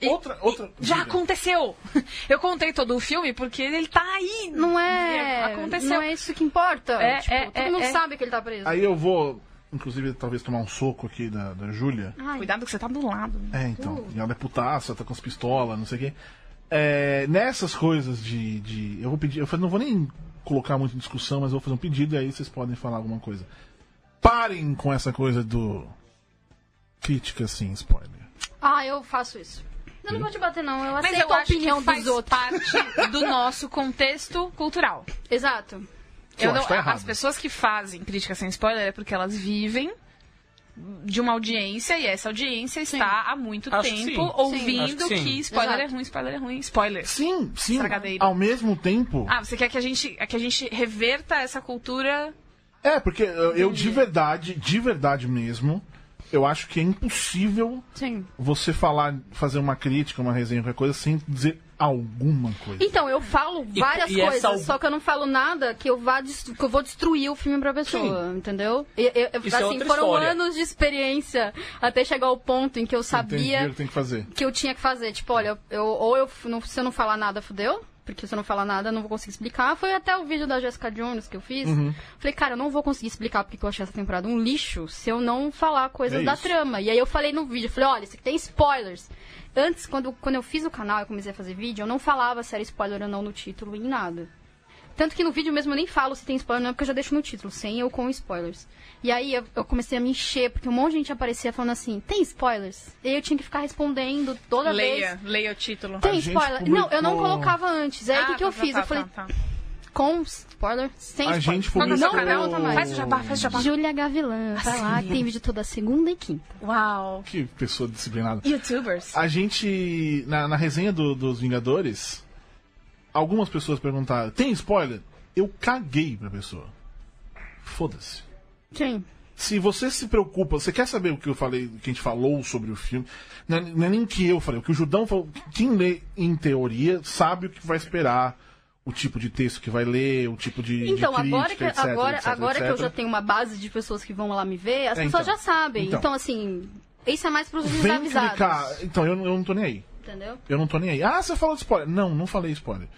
Outra, outra. Já diga. aconteceu. (laughs) Eu contei todo o filme porque ele tá aí. Não é... É, aconteceu. Não é isso que importa. É, Tipo, é, todo é, mundo é. sabe que ele tá preso. Aí eu vou, inclusive, talvez tomar um soco aqui da, da Júlia. Ai, Cuidado que você tá do lado. É, então. E ela é putaça, tá com as pistolas, não sei o quê. É, nessas coisas de, de. Eu vou pedir. Eu falei, não vou nem colocar muito em discussão, mas eu vou fazer um pedido e aí vocês podem falar alguma coisa. Parem com essa coisa do. Crítica sem spoiler. Ah, eu faço isso. Eu não vou te bater, não. Eu Mas aceito eu a acho opinião que faz um dos outros. parte do nosso contexto cultural. Exato. Que eu acho que tá errado. as pessoas que fazem crítica sem spoiler é porque elas vivem de uma audiência e essa audiência está há muito Acho que sim. tempo Sim. Acho ouvindo que que, sim. spoiler Exato. é ruim, spoiler é ruim, spoiler. Sim, sim. Estragadeira. Ao mesmo tempo. Ah, você quer que a gente, que a gente reverta essa cultura? É, porque eu, eu de verdade, de verdade mesmo, eu acho que é impossível Sim. você falar, fazer uma crítica, uma resenha, qualquer coisa, sem dizer alguma coisa. Então, eu falo E- várias e essa coisas, al- só que eu não falo nada que eu, vá dest- que eu vou destruir o filme pra pessoa, entendeu? E- e- eu- Isso é assim, outra foram história. anos de experiência até chegar ao ponto em que eu Entendi o sabia que tem que fazer. que eu tinha que fazer. Tipo, olha, eu, ou eu, f- não, se eu não falar nada, fudeu. Porque se eu não falar nada, eu não vou conseguir explicar. Foi até o vídeo da Jessica Jones que eu fiz. Uhum. Falei, cara, eu não vou conseguir explicar porque que eu achei essa temporada um lixo se eu não falar coisas É da isso. trama. E aí eu falei no vídeo, eu falei, olha, isso aqui tem spoilers. Antes, quando, quando eu fiz o canal e comecei a fazer vídeo, eu não falava se era spoiler ou não no título, em nada. Tanto que no vídeo mesmo eu nem falo se tem spoiler ou não, é porque eu já deixo no título, sem ou com spoilers. E aí eu, eu comecei a me encher, porque um monte de gente aparecia falando assim, tem spoilers? E aí eu tinha que ficar respondendo toda leia, vez. leia o título. A Tem gente spoiler? Não, eu não publicou- colocava antes. Aí o Ah, que, que eu tá, fiz? tá, eu falei, tá, tá. com spoiler, sem A spoiler. gente Qual que é o seu publicou... canal? Conta mais. Faz o jabá, faz o jabá. Júlia Gavilã, vai lá, que tem vídeo toda segunda e quinta. Uau. Que pessoa disciplinada. Youtubers. A gente, na, na resenha do- dos Vingadores, algumas pessoas perguntaram, tem spoiler? Eu caguei pra pessoa. Foda-se. Sim. Se você se preocupa, você quer saber o que eu falei, o que a gente falou sobre o filme? Não é, não é nem que eu falei, o que o Judão falou. Quem lê em teoria sabe o que vai esperar, o tipo de texto que vai ler, o tipo de. de Então, agora, que, crítica, etc, agora, etc, agora que eu etc. já tenho uma base de pessoas que vão lá me ver, as É, pessoas então. já sabem. Então. Então, assim, isso é mais pros Vem desavisados. clicar. Então, eu, eu não tô nem aí. Entendeu? Eu não tô nem aí. Ah, você falou de spoiler. Não, não falei spoiler.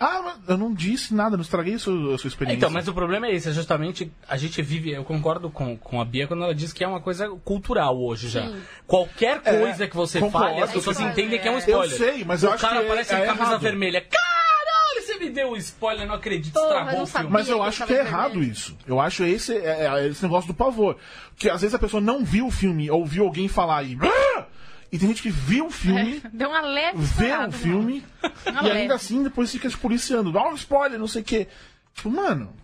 Ah, mas eu não disse nada, não estraguei a sua, a sua experiência. Então, mas o problema é esse, é justamente a gente vive, eu concordo com, com a Bia quando ela diz que é uma coisa cultural hoje já. Sim. Qualquer É, coisa que você concordo. fale, as pessoas Spoiler, entendem que é um é. spoiler. Eu sei, mas o eu acho cara que é- aparece é de camisa errado. vermelha. Caralho, você me deu um spoiler, não acredito, Porra, estragou eu não o filme. sabia. Mas eu que acho tava que é vermelho. errado isso. Eu acho esse, é, é, esse negócio do pavor. Que às vezes a pessoa não viu o filme, ou viu alguém falar e. "Ah!" E tem gente que viu o filme, um (laughs) Deu uma leve vê estourada, o filme, Uma (laughs) e leve. ainda assim depois fica te policiando. Dá um spoiler, não sei o quê. Tipo, mano.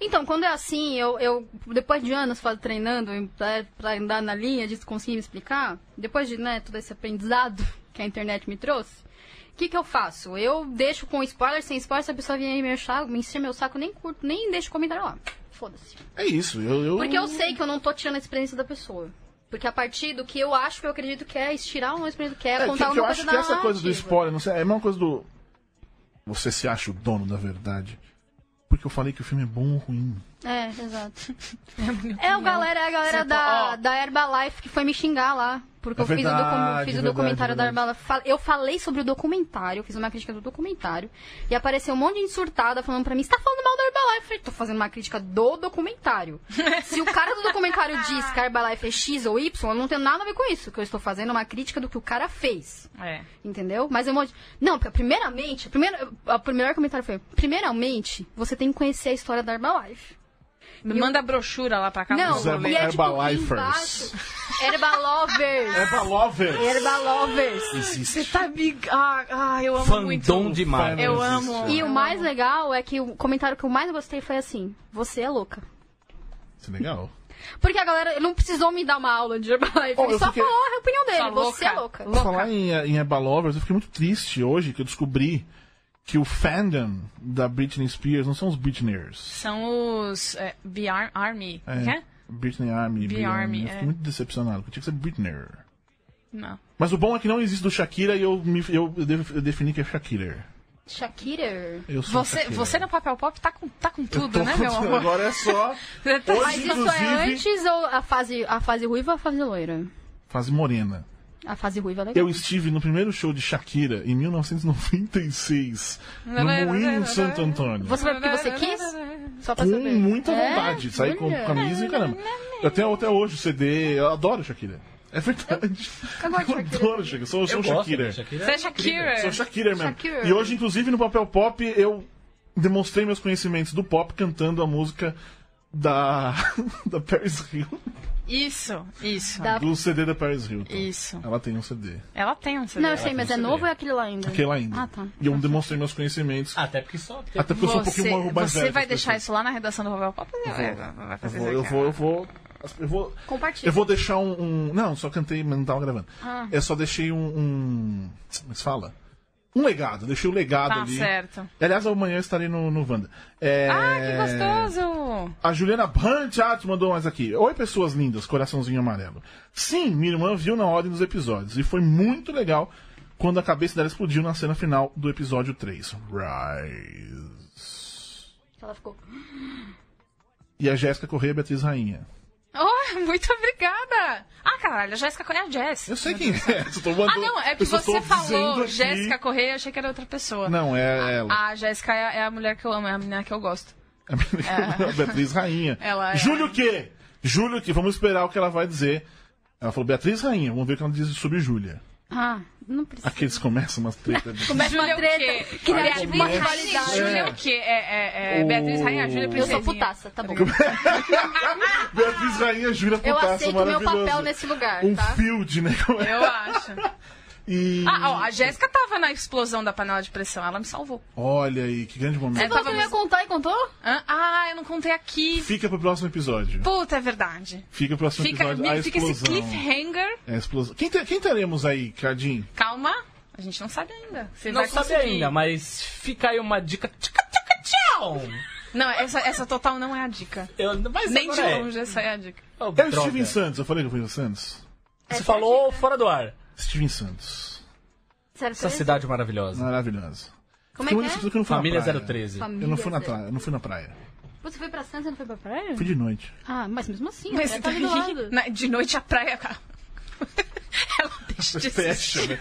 Então, quando é assim, eu, eu depois de anos fa- treinando em- pra, pra andar na linha, de conseguir me explicar, depois de né, todo esse aprendizado (laughs) que a internet me trouxe, o que, que eu faço? Eu deixo com spoiler, sem spoiler, se a pessoa vier me encher, me encher meu saco, nem curto, nem deixo comentário lá. Foda-se. É isso. Eu, eu... Porque eu sei que eu não tô tirando a experiência da pessoa. Porque a partir do que eu acho que eu acredito que é estirar uma experiência do que é, contar É, que, uma que eu coisa acho da que essa coisa do narrativa. spoiler, não sei, é a mesma coisa do. Você se acha o dono da verdade. Porque eu falei que o filme é bom ou ruim. É, exato. É, o galera, é a galera Você da, tá- ó. da Herbalife que foi me xingar lá. Porque É eu fiz, o, docu- fiz verdade, o verdade, documentário verdade. da Herbalife. Fa- Eu falei sobre o documentário, eu fiz uma crítica do documentário. E apareceu um monte de insurtada falando pra mim: você tá falando mal da Herbalife? Eu falei, tô fazendo uma crítica do (laughs) documentário. Se o cara do documentário diz que a Herbalife é X ou Y, eu não tenho nada a ver com isso. Que eu estou fazendo uma crítica do que o cara fez. É. Entendeu? Mas eu mod... Não, porque primeiramente, a primeira, a- o primeiro comentário foi: primeiramente, você tem que conhecer a história da Herbalife. Me Manda a brochura lá pra cá. Não, mas eu Zé- leio. e é tipo (laughs) Herbalifers. embaixo, Herbalovers. É Lover! Herbalovers. Você Existe. tá big. Ah, ah, eu amo muito. Fandom demais. Fandom Eu existe. amo. E o mais legal é que o comentário que eu mais gostei foi assim: você é louca. Isso é legal. Porque a galera não precisou me dar uma aula de Herbalife. Oh, eu ele só fiquei- falou a opinião dele: Só você é louca. louca. Por falar em, em Abba Lovers, eu fiquei muito triste hoje que eu descobri que o fandom da Britney Spears não são os Britneyers. São os é, B-Ar- Army. É. Britney Army. Be Britney Army, Eu é. fiquei muito decepcionado, porque tinha que ser Britney. Não. Mas o bom é que não existe do Shakira e eu, me, eu, def- eu defini que é Shakira. Shakira. Eu sou Você, Shakira. você no papel pop tá com, tá com Eu tudo, tô né, com meu tudo. amor? Agora é só (laughs) Você tá- Hoje- Mas isso é Inclusive- antes ou a fase, a fase ruiva ou a fase loira? fase morena. A fase ruiva é legal. Eu estive no primeiro show de Shakira em 1996, no Moinho Santo Antônio. Você vai porque você quis? Só pra Com saber. muita É? vontade. Saí com Olha. camisa e caramba. Eu tenho até hoje o CD, eu adoro Shakira. É verdade. eu (laughs) gosto de Shakira adoro Shakira. Sou, sou Eu gosto Shakira. da Shakira. Você é Shakira. Sou Shakira mesmo. Shakira. E hoje, inclusive, no papel pop, eu demonstrei meus conhecimentos do pop cantando a música da, (laughs) da Paris Hilton. Isso, isso, Da- Do CD da Paris Hilton. isso. Ela tem um CD. Ela tem um CD. Não, eu Ah, sei, mas é CD. novo ou é aquilo lá ainda? Aquela ainda. Ah, tá. E eu demonstrei meus conhecimentos. Até porque só. Tem... Até porque eu sou um Você, pouquinho mais você velho vai que as deixar pessoas. isso lá na redação do papel pop? Não, vai fazer Eu isso vou, eu vou, eu vou. Compartilha. Eu vou deixar um. um- Não, só cantei, mas não tava gravando. Ah. Eu só deixei um. um... Como se fala? Um legado, deixei o legado Tá ali. certo. Aliás, amanhã eu estarei no, no Wanda. É... Ah, que gostoso! A Juliana Brandt mandou mais aqui. Oi, pessoas lindas, coraçãozinho amarelo. Sim, minha irmã viu na ordem dos episódios e foi muito legal quando a cabeça dela explodiu na cena final do episódio 3. Rise. Ela ficou. E a Jéssica Correia e a Beatriz Rainha. Oh, (laughs) muito obrigada! Ah, caralho, a Jéssica Correia é a Jess. Eu sei quem é. (laughs) eu só tô mandando- Ah, não, é que eu só tô você falou dizendo aqui- Jéssica Ah, Correia, eu achei que era outra pessoa. Não, é ela. A Jéssica é, é a mulher que eu amo, é a menina que eu gosto. A menina- a (laughs) Beatriz Rainha. Ela é- Júlio o quê? Júlio o quê? Vamos esperar o que ela vai dizer. Ela falou Beatriz Rainha, vamos ver o que ela diz sobre Júlia. Ah, não precisa. Aqui eles começam umas (laughs) tretas. de- Começa uma Júlia o quê? treta. Criativa e Começa- Ai, rivalidade. Júlia é o quê? É, é, é O- Beatriz Rainha, Júlia Eu Princesinha. sou putaça, tá bom. Beatriz Rainha, Júlia Eu Putaça, aceito meu maravilhoso. papel nesse lugar, Um tá? field, né? Como é? (laughs) Eu acho. E... Ah, ó, a Jéssica tava na explosão da panela de pressão, ela me salvou. Olha aí, que grande momento. É, Você falou que tava não ia mesmo. contar e contou? Hã? Ah, eu não contei aqui. Fica pro próximo episódio. Puta, é verdade. Fica pro próximo Fica, episódio. me- a fica explosão. esse cliffhanger. É, a explosão. Quem, te- quem teremos aí, Cardim? Calma, a gente não sabe ainda. Você Não vai sabe conseguir. ainda, mas fica aí uma dica. Tchica, tchica, tchau! Não, essa, essa total não é a dica. Eu, mas Nem de agora é. longe essa é a dica. Oh, É o droga. Steven Santos. Eu falei que eu fui o Santos? É Você falou fora do ar. Steven Santos. Sério, Essa sério? cidade maravilhosa. Maravilhoso. Como é Tem uma que pessoa que eu não fui Família na praia. 013. é? Eu não fui Família, na praia. Eu não fui na praia. Você foi pra Santos e não foi pra praia? Fui de (laughs) noite. Ah, mas mesmo assim, Mas mas tá (laughs) ali do daí, lado. na- de noite a praia. cara. (laughs) Ela deixa de existir. né?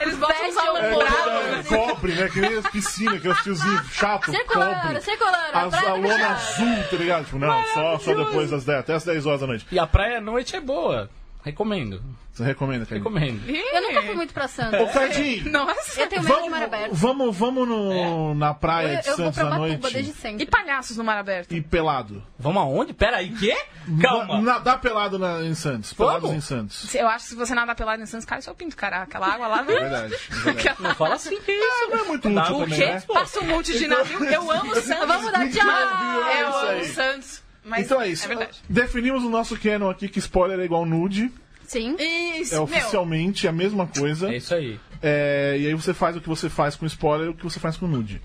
Eles botam só Fecha um o bravo. olho. cobre, né? Que nem as piscinas, aqueles tiozinhos Ah, chato, Circular, cobre. circular. As, a lona azul, tá ligado? Tipo, não, só, só depois das 10, até as 10 horas da (laughs) noite. E a praia à noite é boa. Recomendo. Você recomenda, Cardim? Recomendo. Eu nunca fui muito pra Santos. Ô, Cardim, Nossa. Eu tenho medo de vamos, mar aberto. vamos, vamos É. no, na praia Eu, de eu vou Santos pra à Batuba noite desde E sempre. palhaços no mar aberto. e pelado. Vamos aonde? Pera aí, quê? Calma. Na- nadar pelado na- em Santos. Vamos? Pelados em Santos. Se- Eu acho que se você nadar pelado em Santos, cai o seu pinto, cara. Aquela água lá né? não É verdade. é verdade. Não fala assim, que isso? Ah, não é muito Dá útil pra também, Quê? né? Passa um monte de navio. Eu (laughs) amo Santos. Vamos dar tchau! Eu é isso amo aí. Santos. Mas Então é isso. verdade. Definimos o nosso canon aqui que spoiler é igual nude. Sim. Isso, É meu. oficialmente a mesma coisa. É isso aí. É, e aí você faz o que você faz com spoiler e o que você faz com nude.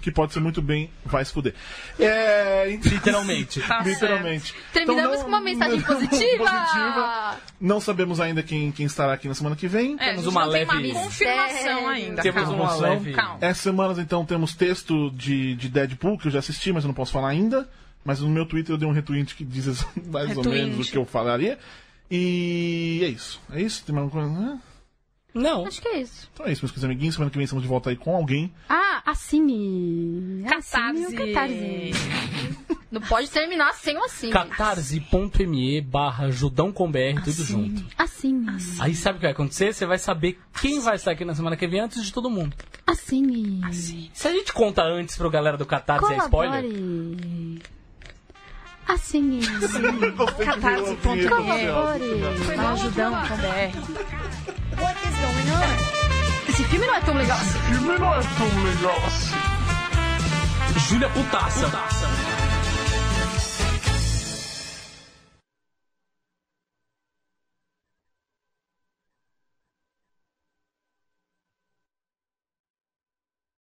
Que pode ser muito bem, vai se fuder. É, então- (laughs) Literalmente. Tá certo. Literalmente. Então Terminamos com uma (laughs) mensagem positiva. positiva. Não sabemos ainda quem, quem estará aqui na semana que vem. É, a Temos gente uma não leve- tem uma confirmação Sério. ainda. Temos calma. uma leve- Calma. Essa semana, então, temos texto de, de Deadpool, que eu já assisti, mas eu não posso falar ainda. Mas no meu Twitter eu dei um retweet que diz ex- (laughs) mais ou Retweet. menos o que eu falaria. E é isso. É isso? Tem mais alguma coisa? né? Não. Acho que é isso. Então é isso, meus queridos amiguinhos. Semana que vem estamos de volta aí com alguém. Ah, assine. Assine o Catarse. Catarse. Não pode terminar sem o assine. catarse.me barra judão com BR, tudo junto. Assine. Aí sabe o que vai acontecer? Você vai saber quem vai estar aqui na semana que vem antes de todo mundo. Assine. Se a gente conta antes pro galera do Catarse, Assim. é spoiler? Colabore. Assine. Tá, Tá, Catarse.me. Assim é. Colabore. Tá ajudando com BR. Esse filme não é tão legal assim. Que menor é tão legal assim. Júlia Putaça. Putaça.